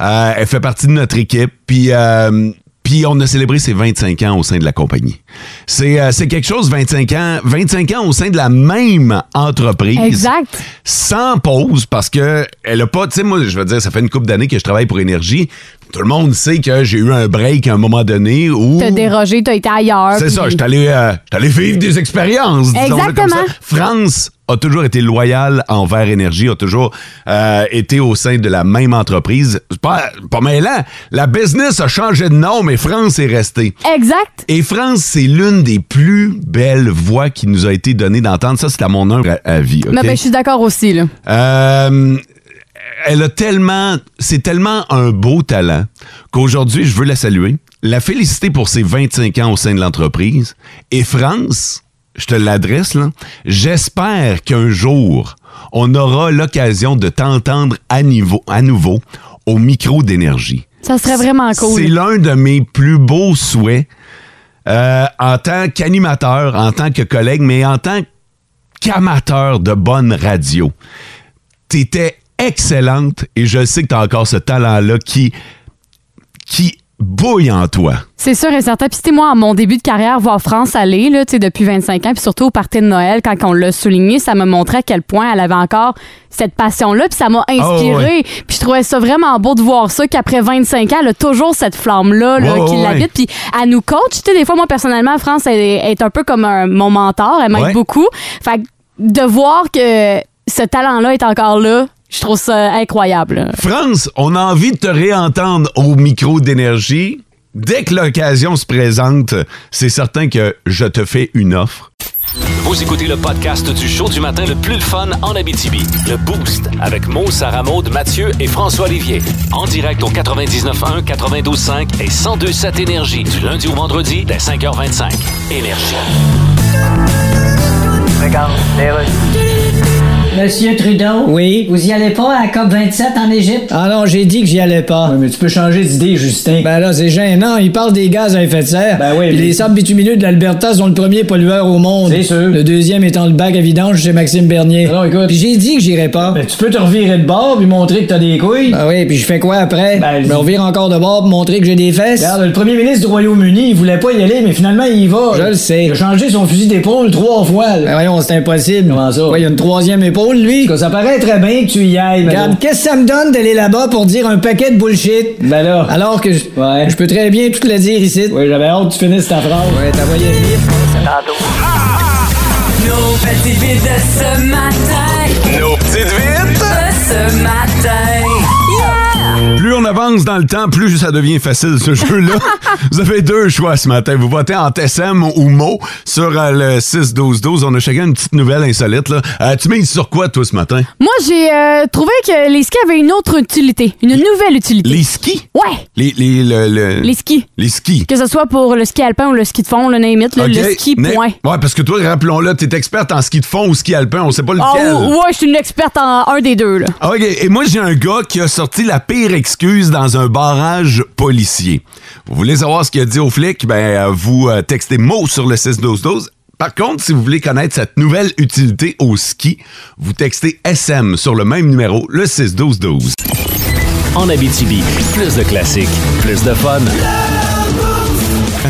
Speaker 3: Euh, elle fait partie de notre équipe. Puis, euh, puis on a célébré ses 25 ans au sein de la compagnie. C'est euh, c'est quelque chose, 25 ans, 25 ans au sein de la même entreprise.
Speaker 4: Exact.
Speaker 3: Sans pause, parce que elle a pas, tu sais, moi, je veux dire, ça fait une couple d'années que je travaille pour Énergie. Tout le monde sait que j'ai eu un break à un moment donné où.
Speaker 4: T'as dérogé, t'as été ailleurs.
Speaker 3: C'est
Speaker 4: puis-
Speaker 3: ça, je suis allé, euh, j'étais allé vivre des expériences. disons-le comme
Speaker 4: Exactement.
Speaker 3: ça. France a toujours été loyale envers Énergie, a toujours euh, été au sein de la même entreprise. C'est Pas, pas mêlant. La business a changé de nom, mais France est restée.
Speaker 4: Exact.
Speaker 3: Et France, c'est l'une des plus belles voix qui nous a été donnée d'entendre. Ça, c'est à mon humble avis. ok?
Speaker 4: Mais ben, je suis d'accord aussi, là.
Speaker 3: Euh, elle a tellement, c'est tellement un beau talent qu'aujourd'hui, je veux la saluer, la féliciter pour ses 25 ans au sein de l'entreprise. Et France, je te l'adresse, là, j'espère qu'un jour, on aura l'occasion de t'entendre à, niveau, à nouveau au micro d'énergie.
Speaker 4: Ça serait vraiment cool.
Speaker 3: C'est l'un de mes plus beaux souhaits euh, en tant qu'animateur, en tant que collègue, mais en tant qu'amateur de bonne radio. T'étais excellente et je sais que t'as encore ce talent-là qui, qui bouille en toi.
Speaker 4: C'est sûr et certain. Puis, tu sais, moi, à mon début de carrière, voir France aller, là, tu sais, depuis 25 ans, puis surtout au party de Noël, quand on l'a souligné, ça me montrait à quel point elle avait encore cette passion-là, puis ça m'a inspiré.
Speaker 3: Ah, ouais.
Speaker 4: Puis, je trouvais ça vraiment beau de voir ça, qu'après 25 ans, elle a toujours cette flamme-là, là,
Speaker 3: Ouais,
Speaker 4: qui
Speaker 3: ouais,
Speaker 4: l'habite. Puis, elle nous coach. Tu sais, des fois, moi, personnellement, France, elle est elle est un peu comme un- mon mentor. Elle m'aide
Speaker 3: Ouais.
Speaker 4: beaucoup. Fait que de voir que ce talent-là est encore là, je trouve ça incroyable.
Speaker 3: France, on a envie de te réentendre au micro d'énergie. Dès que l'occasion se présente, c'est certain que je te fais une offre.
Speaker 5: Vous écoutez le podcast du show du matin le plus fun en Abitibi, le Boost, avec Mo, Sarah Maud, Mathieu et François Olivier. En direct au 99.1, 92.5 et 102.7 Énergie du lundi au vendredi dès 5h25. Énergie.
Speaker 7: Regarde, les rues.
Speaker 8: Monsieur Trudeau. Oui. Vous y allez pas à la COP27 en Égypte?
Speaker 9: Ah non, j'ai dit que j'y allais pas.
Speaker 8: mais tu peux changer d'idée, Justin.
Speaker 9: Ben là, c'est gênant. Il parle des gaz à effet de serre.
Speaker 8: Ben oui,
Speaker 9: Puis
Speaker 8: mais-
Speaker 9: les sables bitumineux de l'Alberta sont le premier pollueur au monde.
Speaker 8: C'est sûr. Ben
Speaker 9: Le deuxième étant le bac à vidange chez Maxime Bernier.
Speaker 8: Non, écoute.
Speaker 9: Puis j'ai dit que j'irais pas.
Speaker 8: Ben, tu peux te revirer de bord puis montrer que t'as des couilles.
Speaker 9: Ben oui, puis je fais quoi après?
Speaker 8: Ben,
Speaker 9: je me revire encore de bord pour montrer que j'ai des fesses?
Speaker 8: Regarde, le premier ministre du Royaume-Uni, il voulait pas y aller, mais finalement, il y va.
Speaker 9: Je le sais.
Speaker 8: Il a changé son fusil d'épaule trois fois. là.
Speaker 9: Ben voyons, c'est impossible.
Speaker 8: Comment ça?
Speaker 9: Ouais, il y a une troisième épaule, lui.
Speaker 8: Parce que ça paraît très bien que tu y ailles, mais
Speaker 9: Regarde, qu'est-ce que ça me donne d'aller là-bas pour dire un paquet de bullshit?
Speaker 8: Ben là.
Speaker 9: Alors que je
Speaker 8: Ouais.
Speaker 9: je peux très bien tout le dire ici.
Speaker 8: Oui, j'avais hâte que tu finisses ta phrase.
Speaker 9: Ouais, t'as voyé.
Speaker 11: Nos petites vites de ce matin. Nos petites vites de ce matin.
Speaker 3: Plus on avance dans le temps, plus ça devient facile ce jeu-là.
Speaker 4: [laughs]
Speaker 3: vous avez deux choix ce matin. Vous votez en TSM ou mot sur euh, le 6-12-12. On a chacun une petite nouvelle insolite. Là. Euh, tu mises sur quoi, toi, ce matin?
Speaker 4: Moi, j'ai euh, trouvé que les skis avaient une autre utilité, une nouvelle utilité.
Speaker 3: Les skis?
Speaker 4: Ouais,
Speaker 3: Les, les, le- le-
Speaker 4: les skis.
Speaker 3: les skis.
Speaker 4: Que ce soit pour le ski alpin ou le ski de fond, le name it, là,
Speaker 3: OK,
Speaker 4: le ski,
Speaker 3: mais-
Speaker 4: point.
Speaker 3: Ouais, parce que toi, rappelons-le, t'es experte en ski de fond ou ski alpin, on sait pas
Speaker 4: Ah,
Speaker 3: lequel.
Speaker 4: ou- ouais, je suis une experte en un des deux, là.
Speaker 3: OK, Ah et moi, j'ai un gars qui a sorti la pire excuse dans un barrage policier. Vous voulez savoir ce qu'il a dit aux flics? Ben, euh, vous euh, textez mot sur le 6-12-12. Par contre, si vous voulez connaître cette nouvelle utilité au ski, vous textez SM sur le même numéro, le 6-12-12.
Speaker 5: En Abitibi, plus de classiques, plus de fun.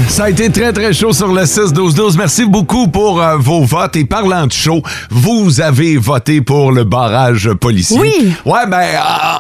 Speaker 3: Ça a été très, très chaud sur le 6-12-12. Merci beaucoup pour euh, vos votes. Et parlant de chaud, vous avez voté pour le barrage policier.
Speaker 4: Oui.
Speaker 3: Ouais, ben,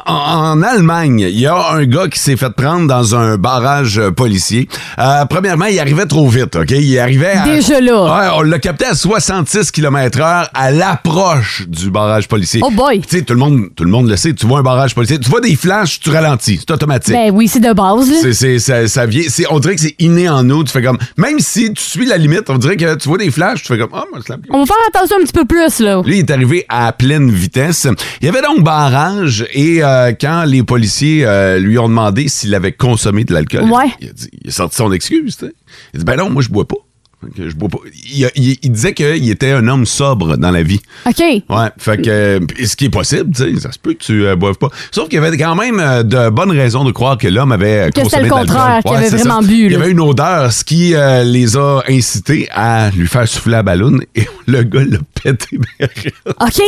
Speaker 3: en, en Allemagne, il y a un gars qui s'est fait prendre dans un barrage euh, policier. Euh, premièrement, il arrivait trop vite, OK? Il arrivait à...
Speaker 4: Déjà là.
Speaker 3: Ouais, on l'a capté à 66 km heure à l'approche du barrage policier.
Speaker 4: Oh boy.
Speaker 3: Tu sais, tout le monde, tout le monde le sait. Tu vois un barrage policier, tu vois des flashs, tu ralentis. C'est automatique.
Speaker 4: Ben oui, c'est de base, là.
Speaker 3: C'est, c'est, ça, ça vient, c'est, on dirait que c'est inné en nous. Tu fais comme, même si tu suis la limite, on dirait que tu vois des flashs, tu fais comme, ah, moi, c'est la
Speaker 4: On va faire attention un petit peu plus, là.
Speaker 3: Lui, il est arrivé à pleine vitesse. Il y avait donc barrage et euh, quand les policiers euh, lui ont demandé s'il avait consommé de l'alcool, il a
Speaker 4: Ouais.
Speaker 3: dit- il, a dit- il a sorti son excuse. tu sais. Il a dit, ben non, moi, je bois pas. Fait que Je bois pas. Il, a- il- il disait qu'il était un homme sobre dans la vie.
Speaker 4: OK.
Speaker 3: Ouais, fait que euh, ce qui est possible, tu sais, ça se peut que tu euh, boives pas. Sauf qu'il y avait quand même euh, de bonnes raisons de croire que l'homme avait euh,
Speaker 4: Que c'était
Speaker 3: consommé
Speaker 4: le
Speaker 3: de l'alcool.
Speaker 4: contraire, qu'il
Speaker 3: Ouais,
Speaker 4: avait
Speaker 3: c'est ça.
Speaker 4: vraiment bu,
Speaker 3: Il y
Speaker 4: là.
Speaker 3: avait une odeur, ce qui euh, les a incités à lui faire souffler la ballonne et [laughs] le gars l'a pété. [laughs]
Speaker 4: OK,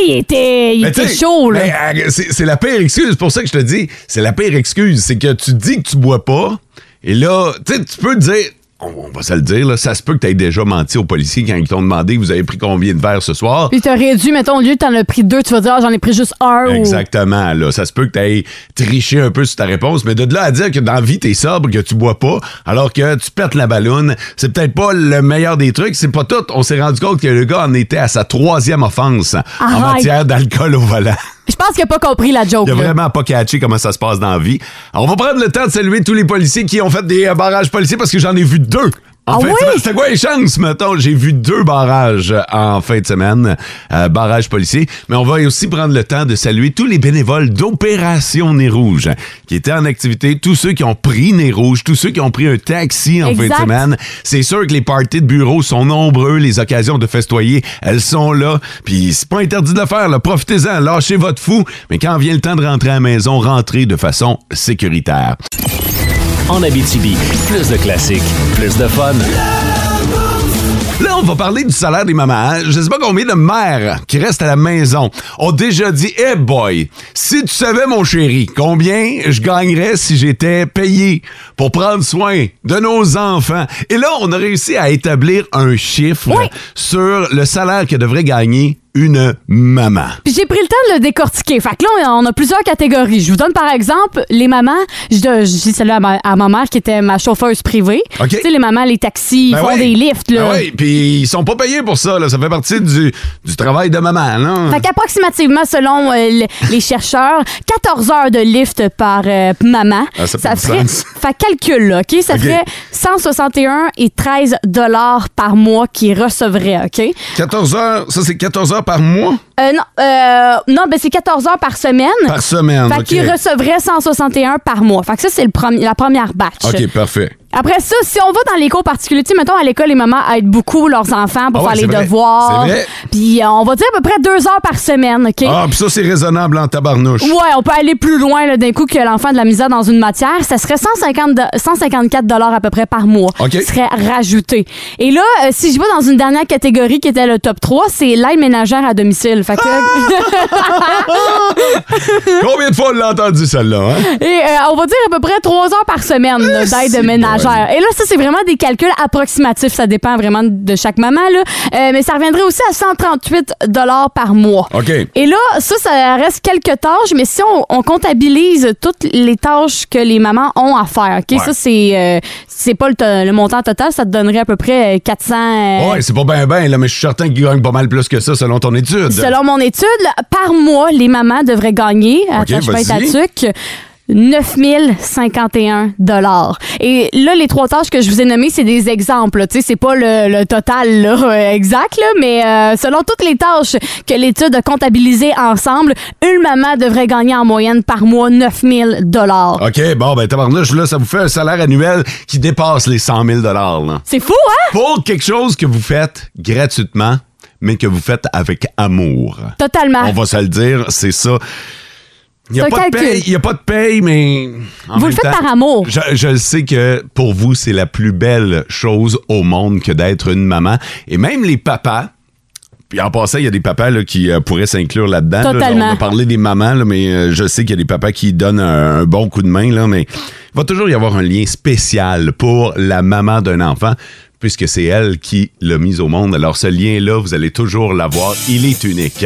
Speaker 4: il était, il
Speaker 3: Mais
Speaker 4: était
Speaker 3: tu sais,
Speaker 4: chaud, là.
Speaker 3: mais, euh, c'est c'est la pire excuse, c'est pour ça que je te dis, c'est la pire excuse, c'est que tu dis que tu bois pas et là, tu sais, tu peux dire on on va se le dire, là, ça se peut que tu aies déjà menti aux policiers quand ils t'ont demandé vous avez pris combien de verres ce soir.
Speaker 4: Puis t'as réduit, mettons, au lieu de t'en as pris deux, tu vas dire, ah, j'en ai pris juste un. ou-
Speaker 3: Exactement. Là. Ça se peut que tu ailles tricher un peu sur ta réponse, mais de là à dire que dans la vie, t'es sobre, que tu bois pas, alors que tu perds la balloune, c'est peut-être pas le meilleur des trucs. C'est pas tout. On s'est rendu compte que le gars en était à sa troisième offense en
Speaker 4: Arrête.
Speaker 3: matière d'alcool au volant.
Speaker 4: Je pense qu'il a pas compris la joke,
Speaker 3: Il a
Speaker 4: là.
Speaker 3: vraiment pas catché comment ça se passe dans la vie. Alors, on va prendre le temps de saluer tous les policiers qui ont fait des euh, barrages policiers parce que j'en ai vu deux. En
Speaker 4: Ah
Speaker 3: fin de
Speaker 4: oui?
Speaker 3: semaine. c'était quoi les chances, mettons? J'ai vu deux barrages euh, en fin de semaine, euh, barrages policiers. Mais on va aussi prendre le temps de saluer tous les bénévoles d'Opération Nez Rouge hein, qui étaient en activité, tous ceux qui ont pris Nez Rouge, tous ceux qui ont pris un taxi en
Speaker 4: Exact.
Speaker 3: fin de semaine. C'est sûr que les parties de bureau sont nombreux, les occasions de festoyer, elles sont là. Puis c'est pas interdit de le faire, là. profitez-en, lâchez votre fou. Mais quand vient le temps de rentrer à la maison, rentrez de façon sécuritaire.
Speaker 5: En Abitibi, plus de classiques, plus de fun.
Speaker 3: Là, on va parler du salaire des mamans. hein. Je sais pas combien de mères qui restent à la maison ont déjà dit Hey boy, si tu savais, mon chéri, combien je gagnerais si j'étais payé pour prendre soin de nos enfants. Et là, on a réussi à établir un chiffre
Speaker 4: Oui.
Speaker 3: sur le salaire que devrait gagner une maman.
Speaker 4: Puis j'ai pris le temps de le décortiquer. Fait que là, on a plusieurs catégories. Je vous donne par exemple les mamans. Je je dis celle-là à ma, à ma mère qui était ma chauffeuse privée.
Speaker 3: OK.
Speaker 4: Tu sais, les mamans, les taxis, ils
Speaker 3: Ben
Speaker 4: font
Speaker 3: oui.
Speaker 4: des lifts. Là.
Speaker 3: Ben oui, puis ils sont pas payés pour ça. Là. Ça fait partie du, du travail de maman. non?
Speaker 4: Fait qu'approximativement, selon euh, le- les chercheurs, 14 heures de lift par euh, maman.
Speaker 3: Ah, ça fait du
Speaker 4: ferait.
Speaker 3: sens.
Speaker 4: [laughs] Fait que calcul, là, OK? Ça
Speaker 3: OK.
Speaker 4: ferait 161 et 13 dollars par mois qu'ils recevraient, OK?
Speaker 3: 14 heures, ça c'est 14 heures par mois?
Speaker 4: Euh, non, euh, non, ben c'est 14 heures par semaine.
Speaker 3: Par semaine.
Speaker 4: Fait
Speaker 3: OK.
Speaker 4: qu'ils recevraient 161 par mois. Fait que ça, c'est le premi- la première batch.
Speaker 3: OK, parfait.
Speaker 4: Après ça, si on va dans les cours particuliers, tu sais, mettons, à l'école, les mamans aident beaucoup leurs enfants pour
Speaker 3: Ah ouais,
Speaker 4: faire
Speaker 3: c'est
Speaker 4: les
Speaker 3: vrai.
Speaker 4: devoirs.
Speaker 3: C'est vrai.
Speaker 4: Puis euh, on va dire à peu près deux heures par semaine, OK?
Speaker 3: Ah, puis ça, c'est raisonnable en tabarnouche.
Speaker 4: Ouais, on peut aller plus loin là, d'un coup que l'enfant de la misère dans une matière. Ça serait 150 do- 154 dollars à peu près par mois.
Speaker 3: OK.
Speaker 4: Qui serait rajouté. Et là, euh, si je vais dans une dernière catégorie qui était le top 3, c'est l'aide ménagère à domicile. Fait que...
Speaker 3: Combien de fois on l'a entendu, celle-là?
Speaker 4: [laughs]
Speaker 3: Hein?
Speaker 4: [laughs] Et euh, on va dire à peu près trois heures par semaine là, d'aide ménagère. Et là, ça, c'est vraiment des calculs approximatifs. Ça dépend vraiment de chaque maman. Là. Euh, mais ça reviendrait aussi à 138 dollars par mois.
Speaker 3: OK.
Speaker 4: Et là, ça, ça reste quelques tâches, mais si on, on comptabilise toutes les tâches que les mamans ont à faire, OK?
Speaker 3: Ouais.
Speaker 4: Ça, c'est euh, c'est pas le, to- le montant total, ça te donnerait à peu près euh, 400... euh,
Speaker 3: Ouais, c'est pas bien, bien, là, mais je suis certain qu'il gagne pas mal plus que ça selon ton étude.
Speaker 4: Selon mon étude, là, par mois, les mamans devraient gagner, euh,
Speaker 3: Ok,
Speaker 4: attache
Speaker 3: vas-y.
Speaker 4: à tuc, 9051 dollars. Et là, les trois tâches que je vous ai nommées, c'est des exemples. là. Tu sais, c'est pas le, le total là, [laughs] euh, exact, là, mais euh, selon toutes les tâches que l'étude a comptabilisées ensemble, une maman devrait gagner en moyenne par mois 9000 dollars.
Speaker 3: OK, bon, ben, tabarnouche, là, ça vous fait un salaire annuel qui dépasse les 100 000 là.
Speaker 4: C'est fou, hein?
Speaker 3: Pour quelque chose que vous faites gratuitement, mais que vous faites avec amour.
Speaker 4: Totalement.
Speaker 3: On va se le dire, c'est ça. Il n'y a,
Speaker 4: C'est un
Speaker 3: pas de
Speaker 4: calcul.
Speaker 3: paye, il y a pas de paye, mais. en
Speaker 4: Vous
Speaker 3: même
Speaker 4: le faites
Speaker 3: temps,
Speaker 4: par amour.
Speaker 3: Je, je le sais que pour vous, c'est la plus belle chose au monde que d'être une maman. Et même les papas. Puis en passant, il y a des papas là, qui euh, pourraient s'inclure là-dedans. là.
Speaker 4: Totalement.
Speaker 3: on a parlé des mamans, là, mais euh, je sais qu'il y a des papas qui donnent un, un bon coup de main, là, mais il va toujours y avoir un lien spécial pour la maman d'un enfant, puisque c'est elle qui l'a mise au monde. Alors ce lien-là, vous allez toujours l'avoir. Il est unique.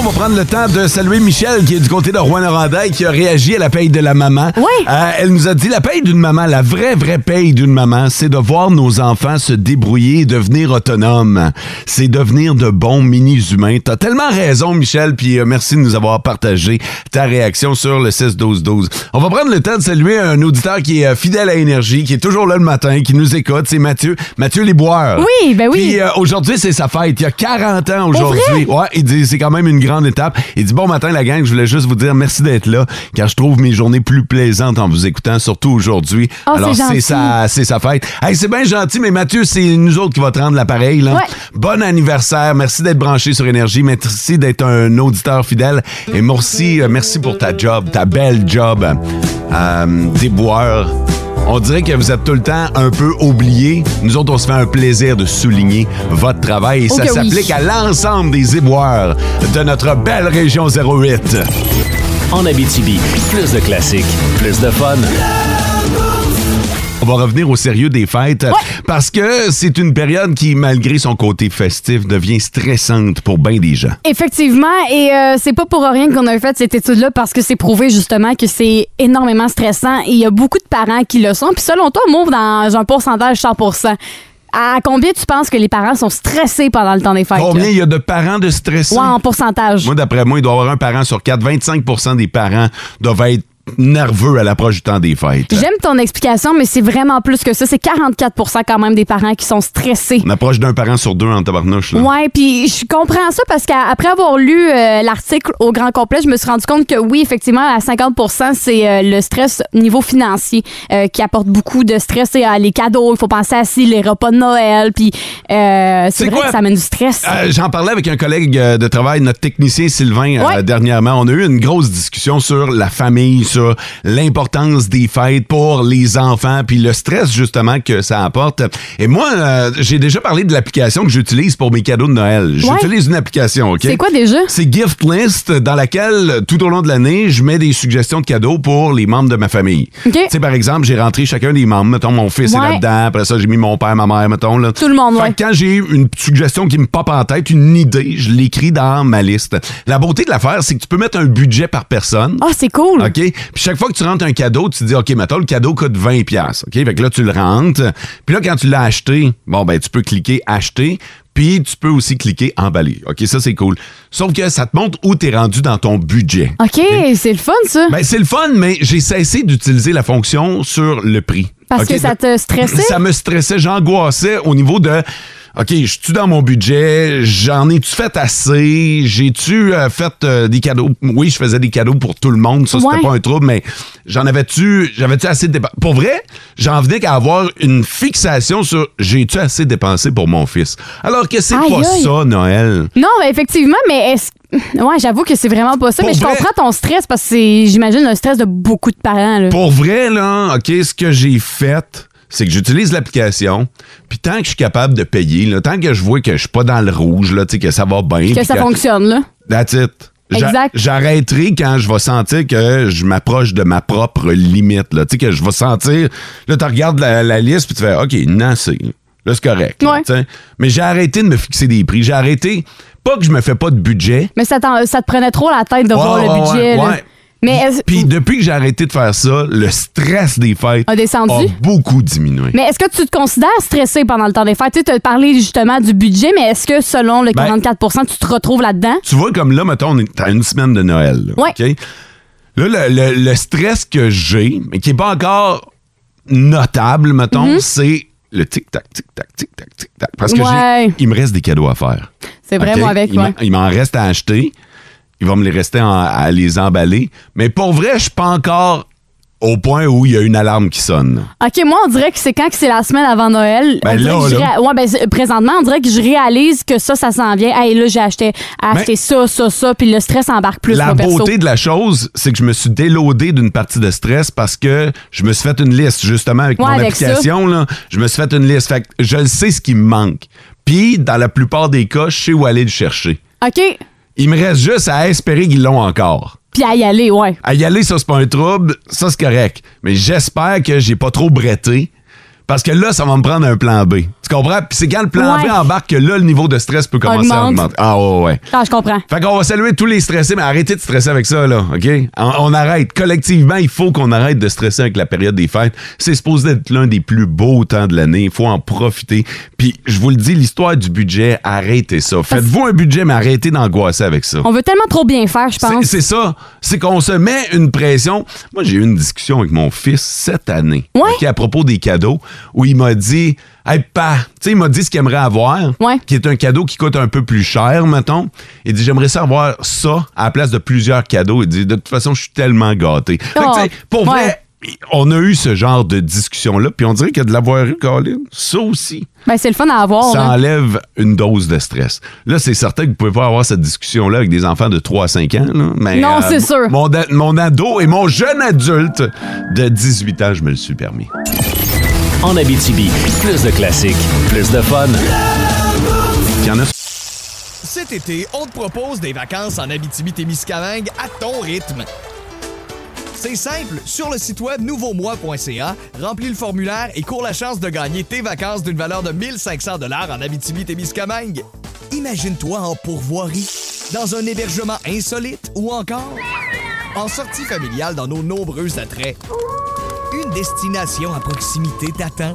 Speaker 3: On va prendre le temps de saluer Michel, qui est du comté de Rouen-Noranda et qui a réagi à la paye de la maman. Oui. elle nous a dit la paye d'une maman, la vraie, vraie paye d'une maman, c'est de voir nos enfants se débrouiller et devenir autonomes. C'est devenir de bons mini-humains. T'as tellement raison, Michel, puis euh, merci de nous avoir partagé ta réaction sur le 6-12-12. On va prendre le temps de saluer un auditeur qui est euh, fidèle à Énergie, qui est toujours là le matin, qui nous écoute. C'est Mathieu. Mathieu Lesboires.
Speaker 4: Oui, ben oui.
Speaker 3: Puis euh, aujourd'hui, c'est sa fête. Il y a 40 ans
Speaker 4: Pour vrai?
Speaker 3: aujourd'hui. Ouais, il dit c'est quand même une grande étape. Il dit bon matin la gang, je voulais juste vous dire merci d'être là car je trouve mes journées plus plaisantes en vous écoutant surtout aujourd'hui.
Speaker 4: Oh,
Speaker 3: Alors
Speaker 4: c'est
Speaker 3: c'est
Speaker 4: gentil.
Speaker 3: sa c'est sa fête. Hey, c'est bien gentil mais Mathieu, c'est nous autres qui va te rendre l'appareil là.
Speaker 4: Ouais.
Speaker 3: Bon anniversaire, merci d'être branché sur énergie, merci d'être un auditeur fidèle et merci euh, merci pour ta job, ta belle job. Euh, déboueur. On dirait que vous êtes tout le temps un peu oublié. Nous autres, on se fait un plaisir de souligner votre travail et
Speaker 5: Oh
Speaker 3: ça
Speaker 5: que oui.
Speaker 3: s'applique à l'ensemble des éboueurs de notre belle région 08.
Speaker 5: En Abitibi, plus de classiques, plus de fun.
Speaker 3: On va revenir au sérieux des fêtes parce que c'est une période qui, malgré son côté festif, devient stressante pour bien des gens.
Speaker 4: Effectivement, et euh, c'est pas pour rien qu'on a fait cette étude-là parce que c'est prouvé justement que c'est énormément stressant et il y a beaucoup de parents qui le sont. Puis selon toi, Mauve, dans un pourcentage 100 à combien tu penses que les parents sont stressés pendant le temps des fêtes?
Speaker 3: Combien
Speaker 4: là?
Speaker 3: il y a de parents de stressés?
Speaker 4: Ouais, en pourcentage.
Speaker 3: Moi, d'après moi, il doit y avoir un parent sur quatre. 25 des parents doivent être nerveux à l'approche du temps des fêtes.
Speaker 4: J'aime ton explication, mais c'est vraiment plus que ça. C'est 44 quand même des parents qui sont stressés.
Speaker 3: On approche d'un parent sur deux en tabarnouche. Là.
Speaker 4: Ouais, puis je comprends ça parce qu'après avoir lu euh, l'article au grand complet, je me suis rendu compte que oui, effectivement, à 50 c'est euh, le stress niveau financier euh, qui apporte beaucoup de stress. Et, euh, les cadeaux, il faut penser à si les repas de Noël, puis euh, c'est
Speaker 3: C'est
Speaker 4: vrai
Speaker 3: quoi?
Speaker 4: que ça amène du stress.
Speaker 3: Euh, J'en parlais avec un collègue euh, de travail, notre technicien Sylvain, euh,
Speaker 4: Ouais.
Speaker 3: dernièrement. On a eu une grosse discussion sur la famille, sur l'importance des fêtes pour les enfants, puis le stress justement que ça apporte. Et moi, euh, j'ai déjà parlé de l'application que j'utilise pour mes cadeaux de Noël. J'utilise une application, OK?
Speaker 4: C'est quoi déjà?
Speaker 3: C'est Gift List, dans laquelle, tout au long de l'année, je mets des suggestions de cadeaux pour les membres de ma famille.
Speaker 4: OK.
Speaker 3: Tu sais, par exemple, j'ai rentré chacun des membres. Mettons, mon fils
Speaker 4: Ouais.
Speaker 3: est là-dedans. Après ça, j'ai mis mon père, ma mère, mettons. Là.
Speaker 4: Tout le monde,
Speaker 3: Fait
Speaker 4: ouais.
Speaker 3: que quand j'ai une suggestion qui me pop en tête, une idée, je l'écris dans ma liste. La beauté de l'affaire, c'est que tu peux mettre un budget par personne.
Speaker 4: Ah, c'est cool.
Speaker 3: OK? Puis chaque fois que tu rentres un cadeau, tu te dis, OK, mettons, le cadeau coûte 20 pièces OK? Fait que là, tu le rentres. Puis là, quand tu l'as acheté, bon, ben, tu peux cliquer acheter. Puis tu peux aussi cliquer emballer. OK, ça, c'est cool. Sauf que ça te montre où t'es rendu dans ton budget.
Speaker 4: OK, c'est le fun, ça.
Speaker 3: [laughs] Ben, c'est le fun, mais j'ai cessé d'utiliser la fonction sur le prix.
Speaker 4: Parce
Speaker 3: OK?
Speaker 4: que ça te stressait?
Speaker 3: Ça me stressait, j'angoissais au niveau de OK, je suis dans mon budget, j'en ai-tu fait assez, j'ai-tu euh, fait euh, des cadeaux? Oui, je faisais des cadeaux pour tout le monde, ça,
Speaker 13: Ouais.
Speaker 3: c'était pas un trouble, mais j'en avais-tu, j'avais-tu assez dépensé? Pour vrai, j'en venais qu'à avoir une fixation sur j'ai-tu assez dépensé pour mon fils? Alors que c'est
Speaker 4: Aïe,
Speaker 3: pas
Speaker 4: aïe.
Speaker 3: ça, Noël.
Speaker 4: Non, ben effectivement, mais est-ce. Ouais, j'avoue que c'est vraiment pas ça, mais je comprends ton stress parce que c'est, j'imagine, un stress de beaucoup de parents. Là.
Speaker 3: Pour vrai, là, OK, ce que j'ai fait, c'est que j'utilise l'application, puis tant que je suis capable de payer, là, tant que je vois que je suis pas dans le rouge, là, tu sais, que ça va bien.
Speaker 4: que
Speaker 3: puis
Speaker 4: ça fonctionne, là.
Speaker 3: That's it. J'a-
Speaker 4: Exact.
Speaker 3: J'arrêterai quand je vais sentir que je m'approche de ma propre limite. Là. Tu sais, que je vais sentir. Là, tu regardes la, la liste puis tu fais OK, non, c'est. Là, c'est correct. là, tu sais. Mais j'ai arrêté de me fixer des prix. J'ai arrêté. Pas que je me fais pas de budget.
Speaker 4: Mais ça, t'en- ça te prenait trop la tête de
Speaker 3: Ouais,
Speaker 4: voir
Speaker 3: ouais,
Speaker 4: le budget.
Speaker 3: ouais,
Speaker 4: là.
Speaker 3: ouais.
Speaker 4: Mais est-ce,
Speaker 3: Puis depuis que j'ai arrêté de faire ça, le stress des fêtes
Speaker 4: A descendu?
Speaker 3: beaucoup diminué.
Speaker 4: mais est-ce que tu te considères stressé pendant le temps des fêtes? Tu as parlé justement du budget, mais est-ce que selon le
Speaker 3: Ben-
Speaker 4: 44 tu te retrouves là-dedans?
Speaker 3: Tu vois, comme là, mettons, on est à une semaine de Noël. Là,
Speaker 4: Ouais.
Speaker 3: OK? Là, le, le- le stress que j'ai, mais qui n'est pas encore notable, mettons,
Speaker 4: Mhm.
Speaker 3: c'est le tic-tac, tic-tac, tic-tac, tic-tac. Parce que j'ai-
Speaker 4: Ouais.
Speaker 3: il me reste des cadeaux à faire.
Speaker 4: C'est vrai,
Speaker 3: OK?
Speaker 4: moi, avec,
Speaker 3: Il m'en-
Speaker 4: ouais.
Speaker 3: Il m'en reste à acheter. Il va me les rester en- à les emballer. Mais pour vrai, je suis pas encore au point où il y a une alarme qui sonne.
Speaker 4: OK, moi, on dirait que c'est quand que c'est la semaine avant Noël.
Speaker 3: Ben
Speaker 4: on dirait
Speaker 3: là,
Speaker 4: que je
Speaker 3: là.
Speaker 4: réa- Ouais, ben, c'est- présentement, on dirait que je réalise que ça, ça s'en vient. Hey, là, j'ai acheté, acheté ça, ça, ça, puis le stress embarque plus,
Speaker 3: Ben- La
Speaker 4: moi, perso.
Speaker 3: beauté de la chose, c'est que je me suis déloadé d'une partie de stress parce que je me suis fait une liste, justement, avec
Speaker 4: Ouais,
Speaker 3: mon
Speaker 4: avec
Speaker 3: application. là. je me suis fait une liste. Fait que je le sais ce qui me manque. Puis, dans la plupart des cas, je sais où aller le chercher.
Speaker 4: OK,
Speaker 3: Il me reste juste à espérer qu'ils l'ont encore.
Speaker 4: puis à y aller, ouais.
Speaker 3: À y aller, ça, c'est pas un trouble. Ça, c'est correct. Mais j'espère que j'ai pas trop bretté. Parce que là, ça va me prendre un plan B. Tu comprends? Puis c'est quand le plan
Speaker 4: Ouais.
Speaker 3: B embarque que là, le niveau de stress peut commencer à
Speaker 4: Augmente.
Speaker 3: augmenter. Ah, ouais, ouais.
Speaker 4: Ah, je comprends.
Speaker 3: Fait qu'on va saluer tous les stressés, mais arrêtez de stresser avec ça, là, OK? On, on arrête. Collectivement, il faut qu'on arrête de stresser avec la période des fêtes. C'est supposé être l'un des plus beaux temps de l'année. Il faut en profiter. Puis, je vous le dis, l'histoire du budget, arrêtez ça. Faites-vous un budget, mais arrêtez d'angoisser avec ça.
Speaker 4: On veut tellement trop bien faire, je pense.
Speaker 3: C'est ça. C'est qu'on se met une pression. Moi, j'ai eu une discussion avec mon fils cette année. OK, à propos des cadeaux, où il m'a dit Hey, pa, tu sais, il m'a dit ce qu'il aimerait avoir, qui est un cadeau qui coûte un peu plus cher, mettons. Il dit J'aimerais ça avoir ça à la place de plusieurs cadeaux. Il dit De toute façon, je suis tellement gâté. Fait que, tu
Speaker 4: Oh,
Speaker 3: sais, pour vrai, on a eu ce genre de discussion-là, puis on dirait que de l'avoir eu, Colin, ça aussi
Speaker 4: Ben, c'est le fun à avoir.
Speaker 3: ça
Speaker 4: là.
Speaker 3: enlève une dose de stress. Là, c'est certain que vous pouvez pas avoir cette discussion-là avec des enfants de 3 à 5 ans. là, mais, euh,
Speaker 4: Non, c'est sûr.
Speaker 3: Mon, da- mon ado et mon jeune adulte de 18 ans, je me le suis permis.
Speaker 5: En Abitibi, plus de classiques, plus de fun.
Speaker 3: Il y en a-
Speaker 6: Cet été, on te propose des vacances en Abitibi-Témiscamingue à ton rythme. C'est simple, sur le site web nouveaumois.ca, remplis le formulaire et cours la chance de gagner tes vacances d'une valeur de 1500 dollars en Abitibi-Témiscamingue. Imagine-toi en pourvoirie, dans un hébergement insolite ou encore en sortie familiale dans nos nombreux attraits. Une destination à proximité t'attend.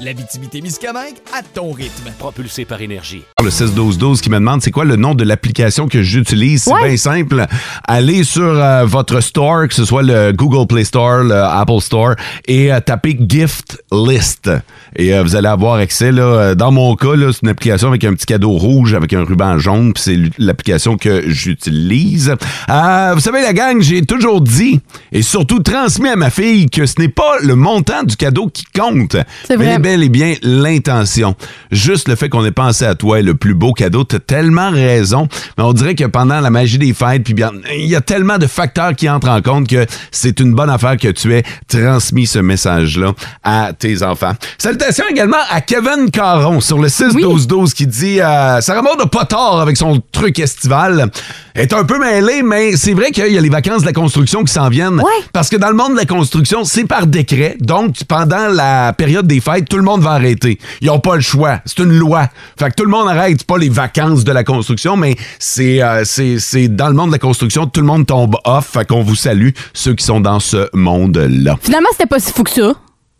Speaker 6: L'Abitibi-Témiscamingue à ton rythme.
Speaker 5: Propulsé par énergie.
Speaker 3: Ah, Le 16-12-12 qui me demande c'est quoi le nom de l'application que j'utilise. C'est bien simple. Allez sur euh, votre store, que ce soit le Google Play Store, le Apple Store, et euh, tapez Gift List. Et euh, vous allez avoir accès, là, euh, dans mon cas, là, c'est une application avec un petit cadeau rouge, avec un ruban jaune, puis c'est l- l'application que j'utilise. Euh, vous savez, la gang, j'ai toujours dit, et surtout transmis à ma fille, que ce n'est pas le montant du cadeau qui compte.
Speaker 4: C'est
Speaker 3: Mais
Speaker 4: vrai.
Speaker 3: les bel et bien l'intention. Juste le fait qu'on ait pensé à toi est le plus beau cadeau. T'as tellement raison. Mais on dirait que pendant la magie des fêtes, puis bien, il y a tellement de facteurs qui entrent en compte que c'est une bonne affaire que tu aies transmis ce message-là à tes enfants. Salutations également à Kevin Caron sur le 6-12-12 qui dit euh, Sarah Maud n'a pas tort avec son truc estival. Elle Est un peu mêlée, mais c'est vrai qu'il y a les vacances de la construction qui s'en viennent. Parce que dans le monde de la construction, c'est par décret. Donc, pendant la période des fêtes, tout le monde va arrêter. Ils n'ont pas le choix. C'est une loi. Fait que tout le monde arrête. C'est pas les vacances de la construction, mais c'est euh, c'est- c'est dans le monde de la construction, tout le monde tombe off. Fait qu'on vous salue, ceux qui sont dans ce monde-là.
Speaker 4: Finalement, c'était pas si fou que ça.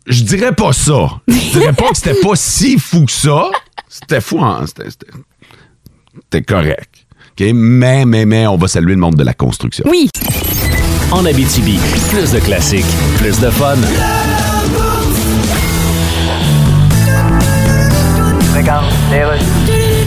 Speaker 3: Je dirais pas ça. Je dirais pas que c'était pas si fou que ça. C'était fou, hein? C'était- C'était c'était correct. OK? Mais, mais, mais, on va saluer le monde de la construction.
Speaker 4: Oui.
Speaker 5: En Abitibi, plus de classiques, plus de fun.
Speaker 13: vacances, les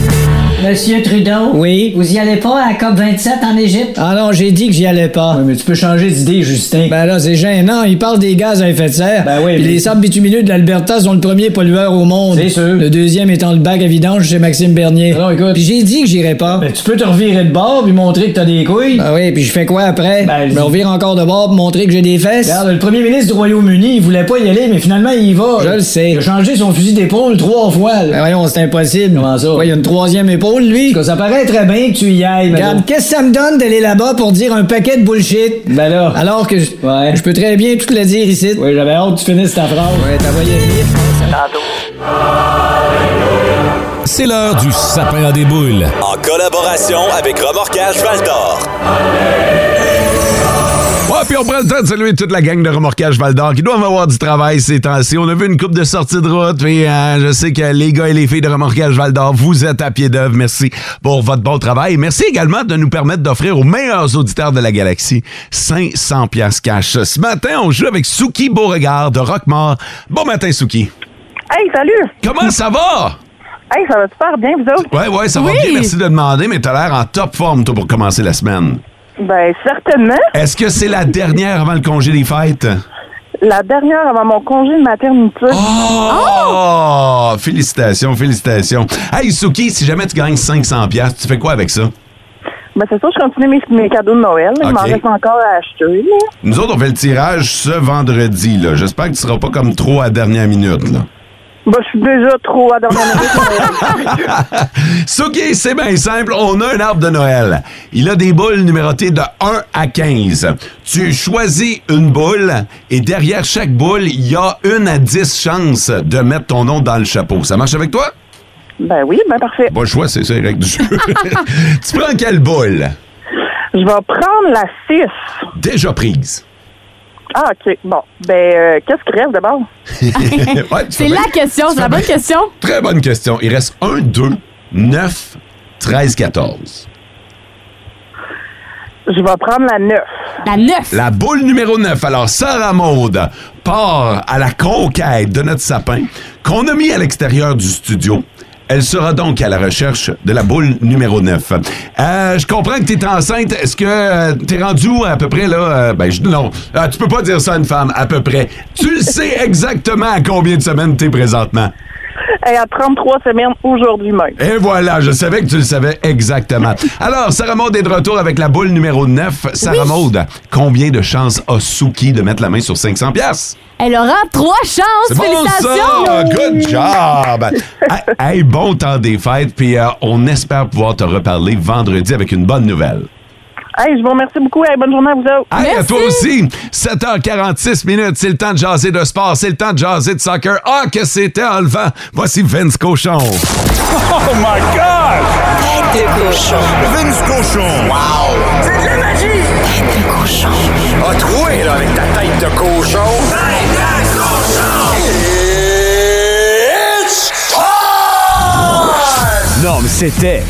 Speaker 8: Monsieur Trudeau? Oui? Vous y allez pas à la COP27 en Égypte?
Speaker 9: Ah non, j'ai dit que j'y allais pas. mais tu peux changer d'idée, Justin. Ben là, c'est gênant. Il parle des gaz à effet de serre. Ben oui. les sables bitumineux de l'Alberta sont le premier pollueur au monde. C'est sûr. Le deuxième étant le bac à vidange chez Maxime Bernier. Non, écoute. Puis j'ai dit que j'irais pas. Ben tu peux te revirer de bord puis montrer que t'as des couilles. Ben oui, puis je fais quoi après? Ben, je me revire encore de bord pour montrer que j'ai des fesses.
Speaker 14: Regarde, le premier ministre du Royaume-Uni, il voulait pas y aller, mais finalement, il y va.
Speaker 9: Je le sais.
Speaker 14: Il a changé son fusil d'épaule trois fois, là.
Speaker 9: Ben voyons, c'est impossible. Comment ça? il y a une troisième épaule, lui.
Speaker 14: Ça paraît très bien que tu y ailles, mais
Speaker 9: Regarde, qu'est-ce que ça me donne d'aller là-bas pour dire un paquet de bullshit?
Speaker 14: Ben là.
Speaker 9: Alors que je je peux très bien tout le dire ici.
Speaker 14: Oui, j'avais hâte que tu finisses ta phrase.
Speaker 9: Ouais, t'as voyé.
Speaker 5: C'est l'heure du sapin à des boules.
Speaker 15: En collaboration avec Remorquage Valdor.
Speaker 3: Ouais, puis on prend le temps de saluer toute la gang de remorquage Val d'Or qui doivent avoir du travail ces temps-ci. On a vu une coupe de sortie de route, mais euh, je sais que les gars et les filles de remorquage Val d'Or, vous êtes à pied d'œuvre. Merci pour votre bon travail. Merci également de nous permettre d'offrir aux meilleurs auditeurs de la galaxie 500 pièces cash. Ce matin, on joue avec Suki Beauregard de Rockmore. Bon matin, Suki.
Speaker 16: Hey, salut!
Speaker 3: Comment ça va?
Speaker 16: Hey, ça va super bien, vous autres?
Speaker 3: Ouais, ouais, ça va bien. Merci de demander, mais t'as l'air en top forme, toi, pour commencer la semaine.
Speaker 16: Ben, certainement.
Speaker 3: Est-ce que c'est la dernière avant le congé des fêtes?
Speaker 16: La dernière avant mon congé de maternité.
Speaker 3: Ah. Oh! Félicitations, félicitations. Hey, Suki, si jamais tu gagnes 500 pièces, tu fais quoi avec ça?
Speaker 16: Ben, c'est sûr, je continue mes, mes cadeaux de Noël. Il m'en
Speaker 3: Ok.
Speaker 16: reste encore à acheter, là.
Speaker 3: Nous autres, on fait le tirage ce vendredi. là. J'espère que tu seras pas comme trop à dernière minute. Là.
Speaker 16: Ben, je suis déjà trop à dormir avec Noël.
Speaker 3: Suki, c'est bien simple. On a un arbre de Noël. Il a des boules numérotées de 1 à 15. Tu choisis une boule et derrière chaque boule, il y a une à 10 chances de mettre ton nom dans le chapeau. Ça marche avec toi?
Speaker 16: Ben oui, ben parfait.
Speaker 3: Bon choix, c'est ça, les règles du jeu. [laughs] tu prends quelle boule?
Speaker 16: Je vais prendre la 6.
Speaker 3: Déjà prise.
Speaker 16: Ah, OK. Bon. Ben, euh, qu'est-ce qui reste d'abord?
Speaker 3: Ouais, tu
Speaker 4: c'est
Speaker 3: fais bien.
Speaker 4: la question, c'est la bonne question.
Speaker 3: Très bonne question. Il reste 1, 2, 9, 13, 14.
Speaker 16: Je vais prendre la 9.
Speaker 4: La 9?
Speaker 3: La boule numéro 9. Alors, Sarah Maude part à la conquête de notre sapin qu'on a mis à l'extérieur du studio. Elle sera donc à la recherche de la boule numéro 9. Euh, je comprends que tu es enceinte. Est-ce que euh, tu es rendu à peu près là? euh, ben, je- non, Euh, tu peux pas dire ça à une femme, à peu près. Tu le sais exactement à combien de semaines tu es présentement.
Speaker 16: Et à 33 semaines aujourd'hui même.
Speaker 3: Et voilà, je savais que tu le savais
Speaker 4: [laughs]
Speaker 3: exactement. Alors, Sarah Maud est de retour avec la boule numéro 9. Sarah
Speaker 4: Oui.
Speaker 3: Maud, combien de chances a Suki de mettre la main sur 500 pièces?
Speaker 4: Elle aura trois chances.
Speaker 3: C'est bon
Speaker 4: Félicitations!
Speaker 3: ça! Good job! Hey, hey, bon temps des fêtes, puis euh, on espère pouvoir te reparler vendredi avec une bonne nouvelle.
Speaker 16: Hey, je vous remercie beaucoup. Hey, bonne journée à vous autres.
Speaker 3: Hey, à toi aussi! 7h46 minutes, c'est le temps de jaser de sport, c'est le temps de jaser de soccer. Ah, que c'était enlevant! Voici Vince Cochon.
Speaker 11: Oh my God! Tête de cochon.
Speaker 15: Vince cochon. Wow!
Speaker 11: C'est de la magie! Tête de cochon.
Speaker 15: A troué, Ah, là, avec ta tête de cochon.
Speaker 17: Non, mais c'était,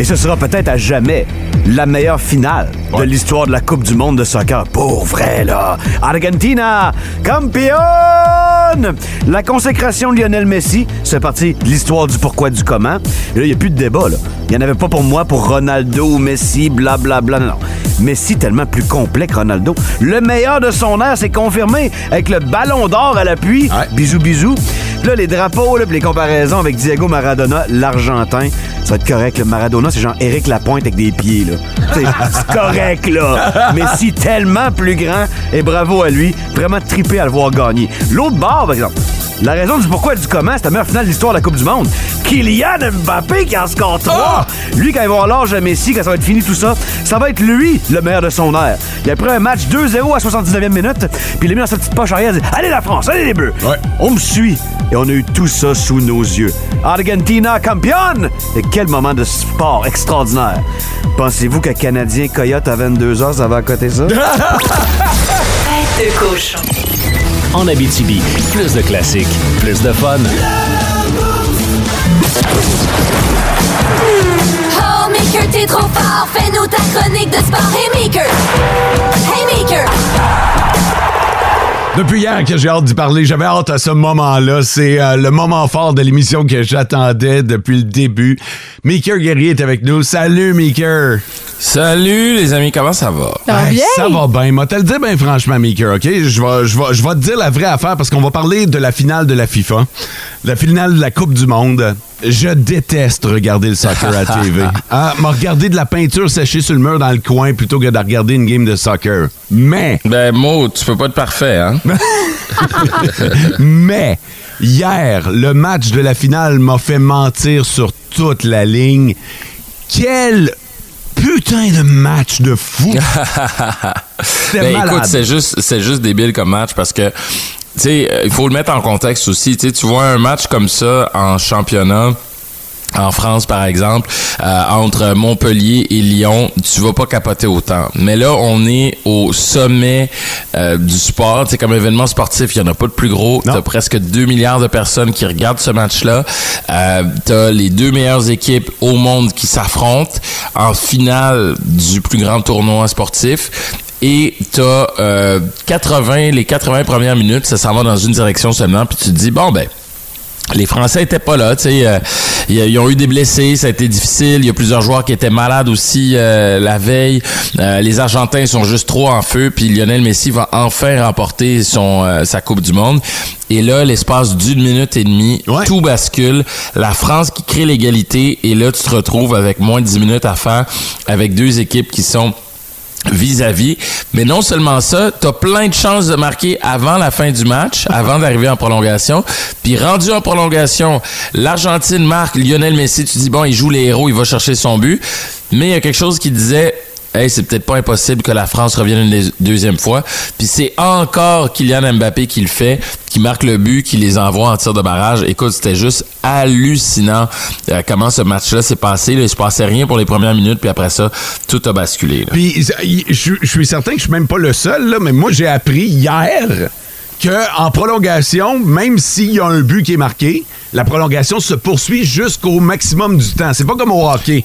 Speaker 17: et ce sera peut-être à jamais, la meilleure finale de l'histoire de la Coupe du Monde de soccer. Pour vrai, là. Argentina, campione! La consécration de Lionel Messi, c'est parti de l'histoire du pourquoi du comment. Et là, il n'y a plus de débat, là. Il n'y en avait pas pour moi, pour Ronaldo ou Messi, blablabla. Non, non. Messi, tellement plus complet que Ronaldo. Le meilleur de son air, c'est confirmé avec le ballon d'or à l'appui. Bisous, bisous. Puis là, les drapeaux, là, puis les comparaisons avec Diego Maradona, l'Argentin, ça va être correct. Le Maradona, c'est genre Éric Lapointe avec des pieds, là. C'est
Speaker 13: [laughs]
Speaker 17: c'est correct, là. Messi, tellement plus grand. Et bravo à lui. Vraiment trippé à le voir gagner. L'autre bord, par exemple. La raison du pourquoi et du comment, c'est la meilleure finale de l'histoire de la Coupe du Monde. Kylian Mbappé qui en score
Speaker 13: Ah!
Speaker 17: 3. Lui, quand il va avoir l'âge à Messi, quand ça va être fini tout ça, ça va être lui le meilleur de son air. Il a pris un match 2-0 à 79e minute, puis il l'a mis dans sa petite poche arrière. Il a dit, allez la France, allez les Bleus. On me suit. Et on a eu tout ça sous nos yeux. Argentina campion! Et quel moment de sport extraordinaire. Pensez-vous qu'un Canadien coyote à 22h, ça va à côté ça?
Speaker 11: Tête de cochon.
Speaker 5: En Abitibi, plus de classiques, plus de fun.
Speaker 11: Oh, Maker, t'es trop fort. Fais-nous ta chronique de sport. Hey, Maker! Hey, Maker!
Speaker 3: Depuis hier que j'ai hâte d'y parler, j'avais hâte à ce moment-là. C'est euh, le moment fort de l'émission que j'attendais depuis le début. Maker Guerrier est avec nous. Salut, Maker!
Speaker 13: Salut, les amis, comment ça va?
Speaker 3: Ça va bien? Ça va bien. Moi, te le dire bien franchement, Maker, OK? Je vais, je, vais, je vais te dire la vraie affaire parce qu'on va parler de la finale de la FIFA, la finale de la Coupe du Monde. Je déteste regarder le soccer à [laughs] TV. Ah, m'a regardé de la peinture séchée sur le mur dans le coin plutôt que de regarder une game de soccer. Mais.
Speaker 13: Ben, Mo, tu peux pas être parfait, hein?
Speaker 3: Mais hier, le match de la finale m'a fait mentir sur toute la ligne. Quel putain de match de
Speaker 13: [laughs]
Speaker 3: fou! C'était
Speaker 13: Ben,
Speaker 3: malade.
Speaker 13: écoute, c'est juste, c'est juste débile comme match parce que, tu sais, euh, il faut le mettre en contexte aussi. Tu sais, tu vois un match comme ça en championnat. En France, par exemple, euh, entre Montpellier et Lyon, tu vas pas capoter autant. Mais là, on est au sommet euh, du sport. C'est comme événement sportif, il y en a pas de plus gros. T'as presque 2 milliards de personnes qui regardent ce match-là. Euh, T'as les deux meilleures équipes au monde qui s'affrontent en finale du plus grand tournoi sportif. Et t'as euh, 80, les 80 premières minutes, ça s'en va dans une direction seulement, puis tu te dis, bon, ben, les Français étaient pas là, tu sais, euh, ils ils ont eu des blessés, ça a été difficile. Il y a plusieurs joueurs qui étaient malades aussi euh, la veille. Euh, les Argentins sont juste trop en feu, puis Lionel Messi va enfin remporter son euh, sa Coupe du Monde. Et là, l'espace d'une minute et demie, tout bascule. La France qui crée l'égalité, et là, tu te retrouves avec moins de 10 minutes à faire, avec deux équipes qui sont vis-à-vis. Mais non seulement ça, t'as plein de chances de marquer avant la fin du match, avant d'arriver en prolongation. Puis rendu en prolongation, l'Argentine marque Lionel Messi. Tu dis, bon, il joue les héros, il va chercher son but. Mais il y a quelque chose qui disait... Hey, c'est peut-être pas impossible que la France revienne une deuxi- deuxième fois. Puis c'est encore Kylian Mbappé qui le fait, qui marque le but, qui les envoie en tir de barrage. Écoute, c'était juste hallucinant euh, comment ce match-là s'est passé. Là, il se passait rien pour les premières minutes, puis après ça, tout a basculé. là.
Speaker 3: Puis je je suis certain que je suis même pas le seul, là, mais moi j'ai appris hier que en prolongation, même s'il y a un but qui est marqué, la prolongation se poursuit jusqu'au maximum du temps. C'est pas comme au hockey.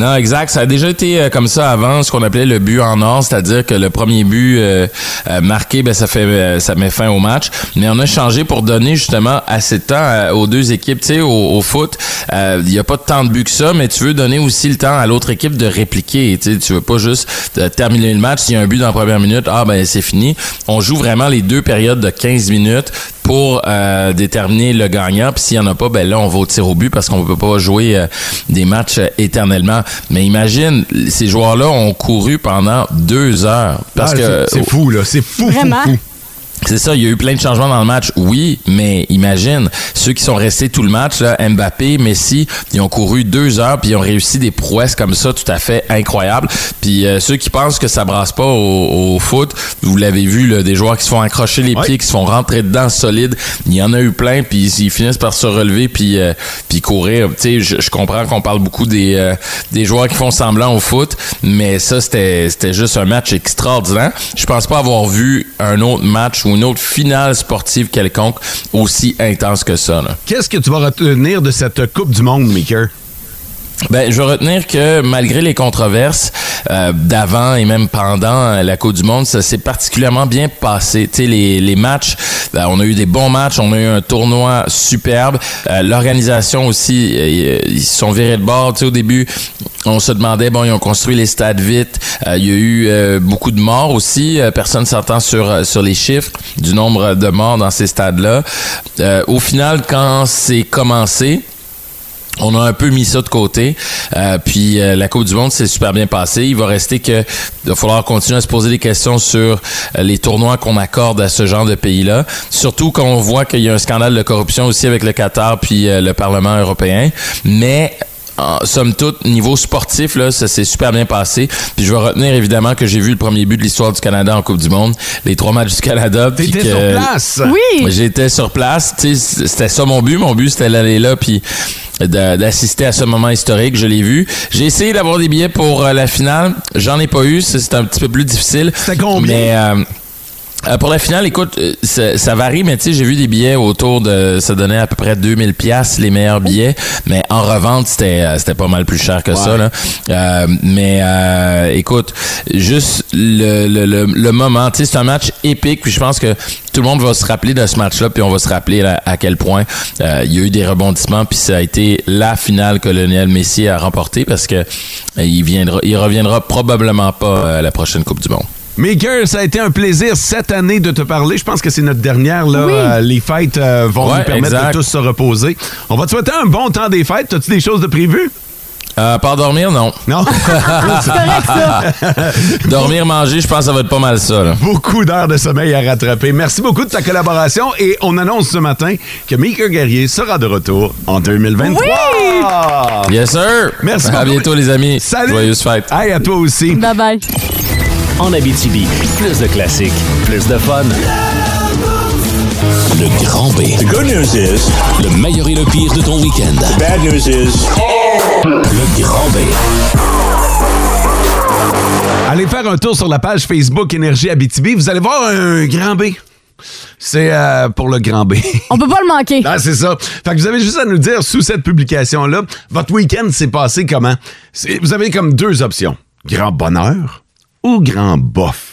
Speaker 13: Non, exact. Ça a déjà été euh, comme ça avant, ce qu'on appelait le but en or, c'est-à-dire que le premier but euh, euh, marqué, ben, ça fait, euh, ça met fin au match. Mais on a changé pour donner justement assez de temps euh, aux deux équipes. Tu sais, au, au foot, euh, il n'y a pas tant de buts que ça, mais tu veux donner aussi le temps à l'autre équipe de répliquer. Tu sais, tu veux pas juste euh, terminer le match. S'il y a un but dans la première minute, ah ben c'est fini. On joue vraiment les deux périodes de 15 minutes pour euh, déterminer le gagnant. Puis s'il n'y en a pas, ben là, on va au tir au but parce qu'on ne peut pas jouer euh, des matchs euh, éternellement. Mais imagine, ces joueurs-là ont couru pendant deux heures. Parce
Speaker 3: Ah,
Speaker 13: que
Speaker 3: c'est c'est fou là, c'est fou, fou,
Speaker 4: Vraiment?
Speaker 3: fou.
Speaker 13: c'est ça, il y a eu plein de changements dans le match, oui, mais imagine, ceux qui sont restés tout le match, là, Mbappé, Messi, ils ont couru deux heures puis ils ont réussi des prouesses comme ça tout à fait incroyables. Puis euh, ceux qui pensent que ça brasse pas au, au foot, vous l'avez vu, là, des joueurs qui se font accrocher les pieds, qui se font rentrer dedans solide, il y en a eu plein, puis ils, ils finissent par se relever puis, euh, puis courir. Tu sais, je, je comprends qu'on parle beaucoup des, euh, des joueurs qui font semblant au foot, mais ça, c'était c'était juste un match extraordinaire. Je pense pas avoir vu un autre match ou une autre finale sportive quelconque aussi intense que ça. là.
Speaker 3: Qu'est-ce que tu vas retenir de cette Coupe du Monde, Maker?
Speaker 13: Ben, je vais retenir que malgré les controverses euh, d'avant et même pendant euh, la Coupe du Monde, ça s'est particulièrement bien passé. Tu sais, les, les matchs, ben, on a eu des bons matchs, on a eu un tournoi superbe. Euh, L'organisation aussi, euh, ils se sont virés de bord. Tu sais, au début, on se demandait, bon, ils ont construit les stades vite. Euh, Il y a eu euh, beaucoup de morts aussi. Euh, personne s'entend sur, euh, sur les chiffres du nombre de morts dans ces stades-là. Euh, au final, quand c'est commencé, on a un peu mis ça de côté. Euh, puis euh, la Coupe du Monde s'est super bien passée. Il va rester que il va falloir continuer à se poser des questions sur euh, les tournois qu'on accorde à ce genre de pays-là. Surtout quand on voit qu'il y a un scandale de corruption aussi avec le Qatar puis euh, le Parlement européen. Mais en- somme toute, niveau sportif, là, ça s'est super bien passé. Puis je vais retenir évidemment que j'ai vu le premier but de l'histoire du Canada en Coupe du Monde, les trois matchs du Canada. puis
Speaker 3: T'étais
Speaker 13: que-
Speaker 3: sur place?
Speaker 4: Oui.
Speaker 13: J'étais sur place. Tu sais, C'était ça mon but. Mon but, c'était d'aller là puis de- d'assister à ce moment historique. Je l'ai vu. J'ai essayé d'avoir des billets pour euh, la finale. J'en ai pas eu. C'est c'est un petit peu plus difficile. C'était combien? Mais, euh, Euh, pour la finale, écoute, euh, ça, ça varie, mais tu sais, j'ai vu des billets autour de, ça donnait à peu près 2000 pièces les meilleurs billets, mais en revente, c'était euh, c'était pas mal plus cher que ça. Là. Euh, mais euh, écoute, juste le, le, le, le moment, tu sais, c'est un match épique, puis je pense que tout le monde va se rappeler de ce match-là, puis on va se rappeler à, à quel point euh, il y a eu des rebondissements, puis ça a été la finale que Lionel Messi a remportée, parce que euh, il, viendra, il reviendra probablement pas euh, à la prochaine Coupe du Monde.
Speaker 3: Maker, ça a été un plaisir cette année de te parler. Je pense que c'est notre dernière. Là. Euh, les fêtes euh, vont
Speaker 13: Ouais,
Speaker 3: nous permettre
Speaker 13: exact.
Speaker 3: de tous se reposer. On va te souhaiter un bon temps des fêtes. As-tu des choses de prévues?
Speaker 13: Euh, pas dormir, non. [laughs]
Speaker 3: Non.
Speaker 13: C'est correct,
Speaker 3: [laughs]
Speaker 13: Dormir, manger, je pense que ça va être pas mal ça. là.
Speaker 3: Beaucoup d'heures de sommeil à rattraper. Merci beaucoup de ta collaboration et on annonce ce matin que Maker Guerrier sera de retour en 2023.
Speaker 13: Yes, sir!
Speaker 3: Ah. Merci
Speaker 13: À
Speaker 3: beaucoup.
Speaker 13: bientôt, les amis.
Speaker 3: Salut!
Speaker 13: Joyeuses fêtes.
Speaker 3: Hey, à toi aussi.
Speaker 4: Bye bye.
Speaker 5: En Abitibi, plus de classiques, plus de fun. Le grand B. The good news is... Le meilleur et le pire de ton week-end. bad news is... Le grand B.
Speaker 3: Allez faire un tour sur la page Facebook Énergie Abitibi. Vous allez voir un grand B. C'est euh, pour le grand B. [laughs]
Speaker 4: On peut pas le manquer.
Speaker 3: Ah, c'est ça. Fait que vous avez juste à nous dire sous cette publication-là, votre week-end s'est passé comment? C'est- Vous avez comme deux options. Grand bonheur ou grand bof.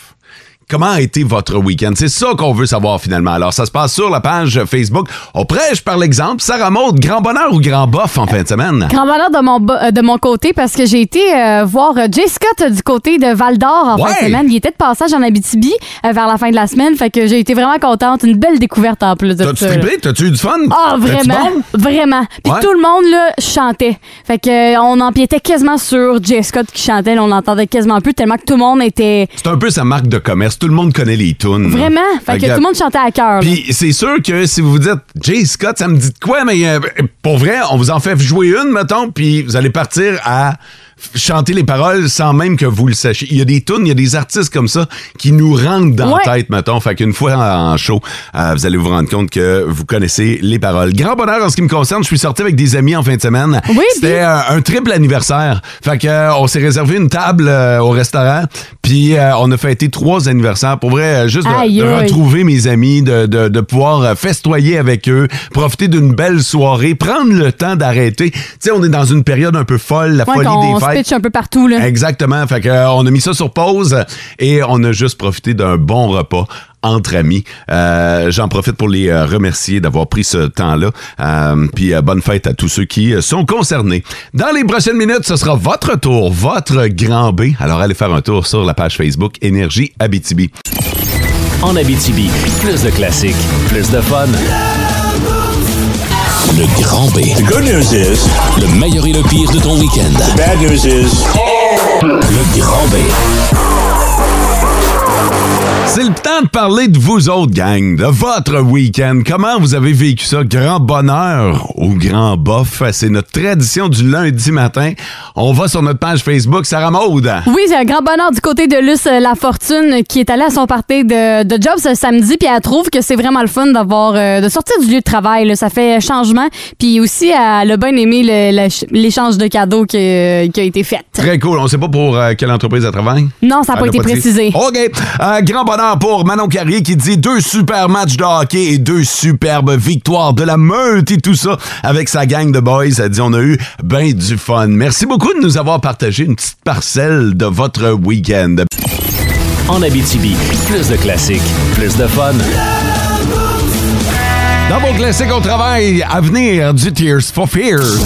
Speaker 3: Comment a été votre week-end? C'est ça qu'on veut savoir finalement. Alors, ça se passe sur la page Facebook. On prêche par l'exemple. Sarah Maud, grand bonheur ou grand bof en fin de semaine?
Speaker 4: Grand bonheur de mon, bo- euh, de mon côté parce que j'ai été euh, voir euh, Jay Scott euh, du côté de Val d'Or en
Speaker 3: Ouais.
Speaker 4: fin de semaine. Il était de passage en Abitibi euh, vers la fin de la semaine. Fait que j'ai été vraiment contente. Une belle découverte en plus de
Speaker 3: T'as-tu
Speaker 4: ça, là.
Speaker 3: trippé? T'as-tu eu du fun?
Speaker 4: Ah,
Speaker 3: T'as-tu
Speaker 4: vraiment,
Speaker 3: bon?
Speaker 4: vraiment. Puis
Speaker 3: Ouais.
Speaker 4: tout le monde là, chantait. Fait que euh, on empiétait quasiment sur Jay Scott qui chantait, là, on l'entendait quasiment plus tellement que tout le monde était
Speaker 3: C'est un peu sa marque de commerce. Tout le monde connaît les tunes.
Speaker 4: vraiment, fait que tout le monde chantait à cœur. là.
Speaker 3: Mm. Puis c'est sûr que si vous vous dites Jay Scott, ça me dit de quoi, mais euh, pour vrai, on vous en fait jouer une, mettons, puis vous allez partir à f- chanter les paroles sans même que vous le sachiez. Il y a des tunes, il y a des artistes comme ça qui nous rentrent dans la tête, mettons. Fait qu'une fois en en show, euh, vous allez vous rendre compte que vous connaissez les paroles. Grand bonheur en ce qui me concerne, je suis sorti avec des amis en fin de semaine. C'était euh, un triple anniversaire. Fait que euh, on s'est réservé une table euh, au restaurant, puis euh, on a fêté trois anniversaires. Pour vrai, euh, juste de-
Speaker 18: Aïe,
Speaker 3: de,
Speaker 18: aïe.
Speaker 3: retrouver retrouver mes amis, de, de- de pouvoir euh, festoyer avec eux, profiter d'une belle soirée, prendre le temps d'arrêter. Tu sais, on est dans une période un peu folle, la
Speaker 4: Ouais,
Speaker 3: folie
Speaker 4: qu'on
Speaker 3: des
Speaker 4: se
Speaker 3: fêtes.
Speaker 4: pitche un peu partout là.
Speaker 3: Exactement. Fait que, euh, on a mis ça sur pause et on a juste profité d'un bon repas entre amis. Euh, J'en profite pour les euh, remercier d'avoir pris ce temps-là. Euh, Puis euh, bonne fête à tous ceux qui euh, sont concernés. Dans les prochaines minutes, ce sera votre tour, votre grand B. Alors allez faire un tour sur la page Facebook Énergie Abitibi.
Speaker 5: En Abitibi, plus de classiques, plus de fun. Le grand B. The good news is... Le meilleur et le pire de ton week-end. bad news is... Le grand B.
Speaker 3: C'est le temps de parler de vous autres, gang, de votre week-end. Comment vous avez vécu ça? Grand bonheur ou grand bof? C'est notre tradition du lundi matin. On va sur notre page Facebook, Sarah Maude.
Speaker 4: Oui, c'est un grand bonheur du côté de Luce euh, La Fortune qui est allée à son party de, de job ce samedi, puis elle trouve que c'est vraiment le fun d'avoir euh, de sortir du lieu de travail. là. Ça fait changement, puis aussi elle a bien aimé le- la ch- l'échange de cadeaux qui, euh, qui a été fait.
Speaker 3: Très cool. On sait pas pour euh, quelle entreprise elle travaille?
Speaker 4: Non, ça n'a pas
Speaker 3: Ah, Elle
Speaker 4: été
Speaker 3: l'a dit.
Speaker 4: précisé.
Speaker 3: OK. Euh, grand bonheur pour Manon Carrier qui dit deux super matchs de hockey et deux superbes victoires de la meute et tout ça avec sa gang de boys. Elle dit on a eu ben du fun. Merci beaucoup de nous avoir partagé une petite parcelle de votre week-end.
Speaker 5: En Abitibi, plus de classiques, plus de fun.
Speaker 3: Dans vos classiques au travail, à venir du Tears for Fears.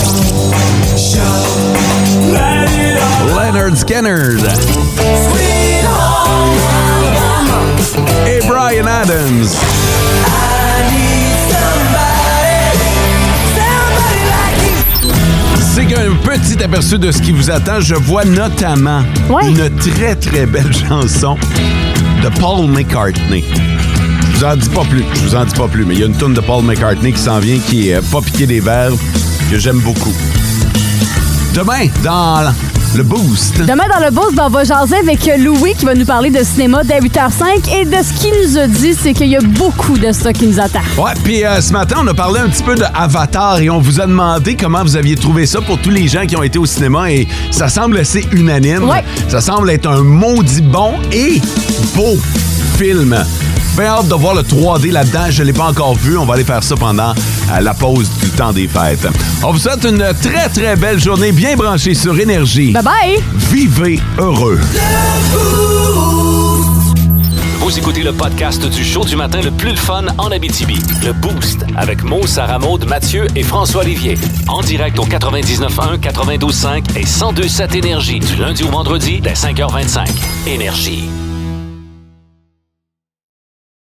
Speaker 3: Leonard Skinner. Et Brian Adams. C'est qu'un petit aperçu de ce qui vous attend. Je vois notamment une très, très belle chanson de Paul McCartney. Je vous en dis pas plus, je vous en dis pas plus, mais il y a une tune de Paul McCartney qui s'en vient, qui est euh, pas piqué des verres, que j'aime beaucoup. Demain, dans le Boost.
Speaker 4: Demain dans le boost, ben, on va jaser avec Louis qui va nous parler de cinéma dès 8h05 et de ce qu'il nous a dit, c'est qu'il y a beaucoup de ça qui nous attend.
Speaker 3: Ouais, puis euh, ce matin, on a parlé un petit peu de Avatar et on vous a demandé comment vous aviez trouvé ça pour tous les gens qui ont été au cinéma et ça semble assez unanime. Ça semble être un maudit bon et beau film. Bien hâte de voir le 3D là-dedans. Je ne l'ai pas encore vu. On va aller faire ça pendant euh, la pause du temps des fêtes. On vous souhaite une très, très belle journée bien branchée sur Énergie.
Speaker 4: Bye-bye!
Speaker 3: Vivez heureux.
Speaker 5: Vous écoutez le podcast du show du matin le plus fun en Abitibi, le Boost, avec Mo, Sarah Maud, Mathieu et François Olivier. En direct au 99.1, 92.5 et 102.7 Énergie du lundi au vendredi dès 5h25. Énergie.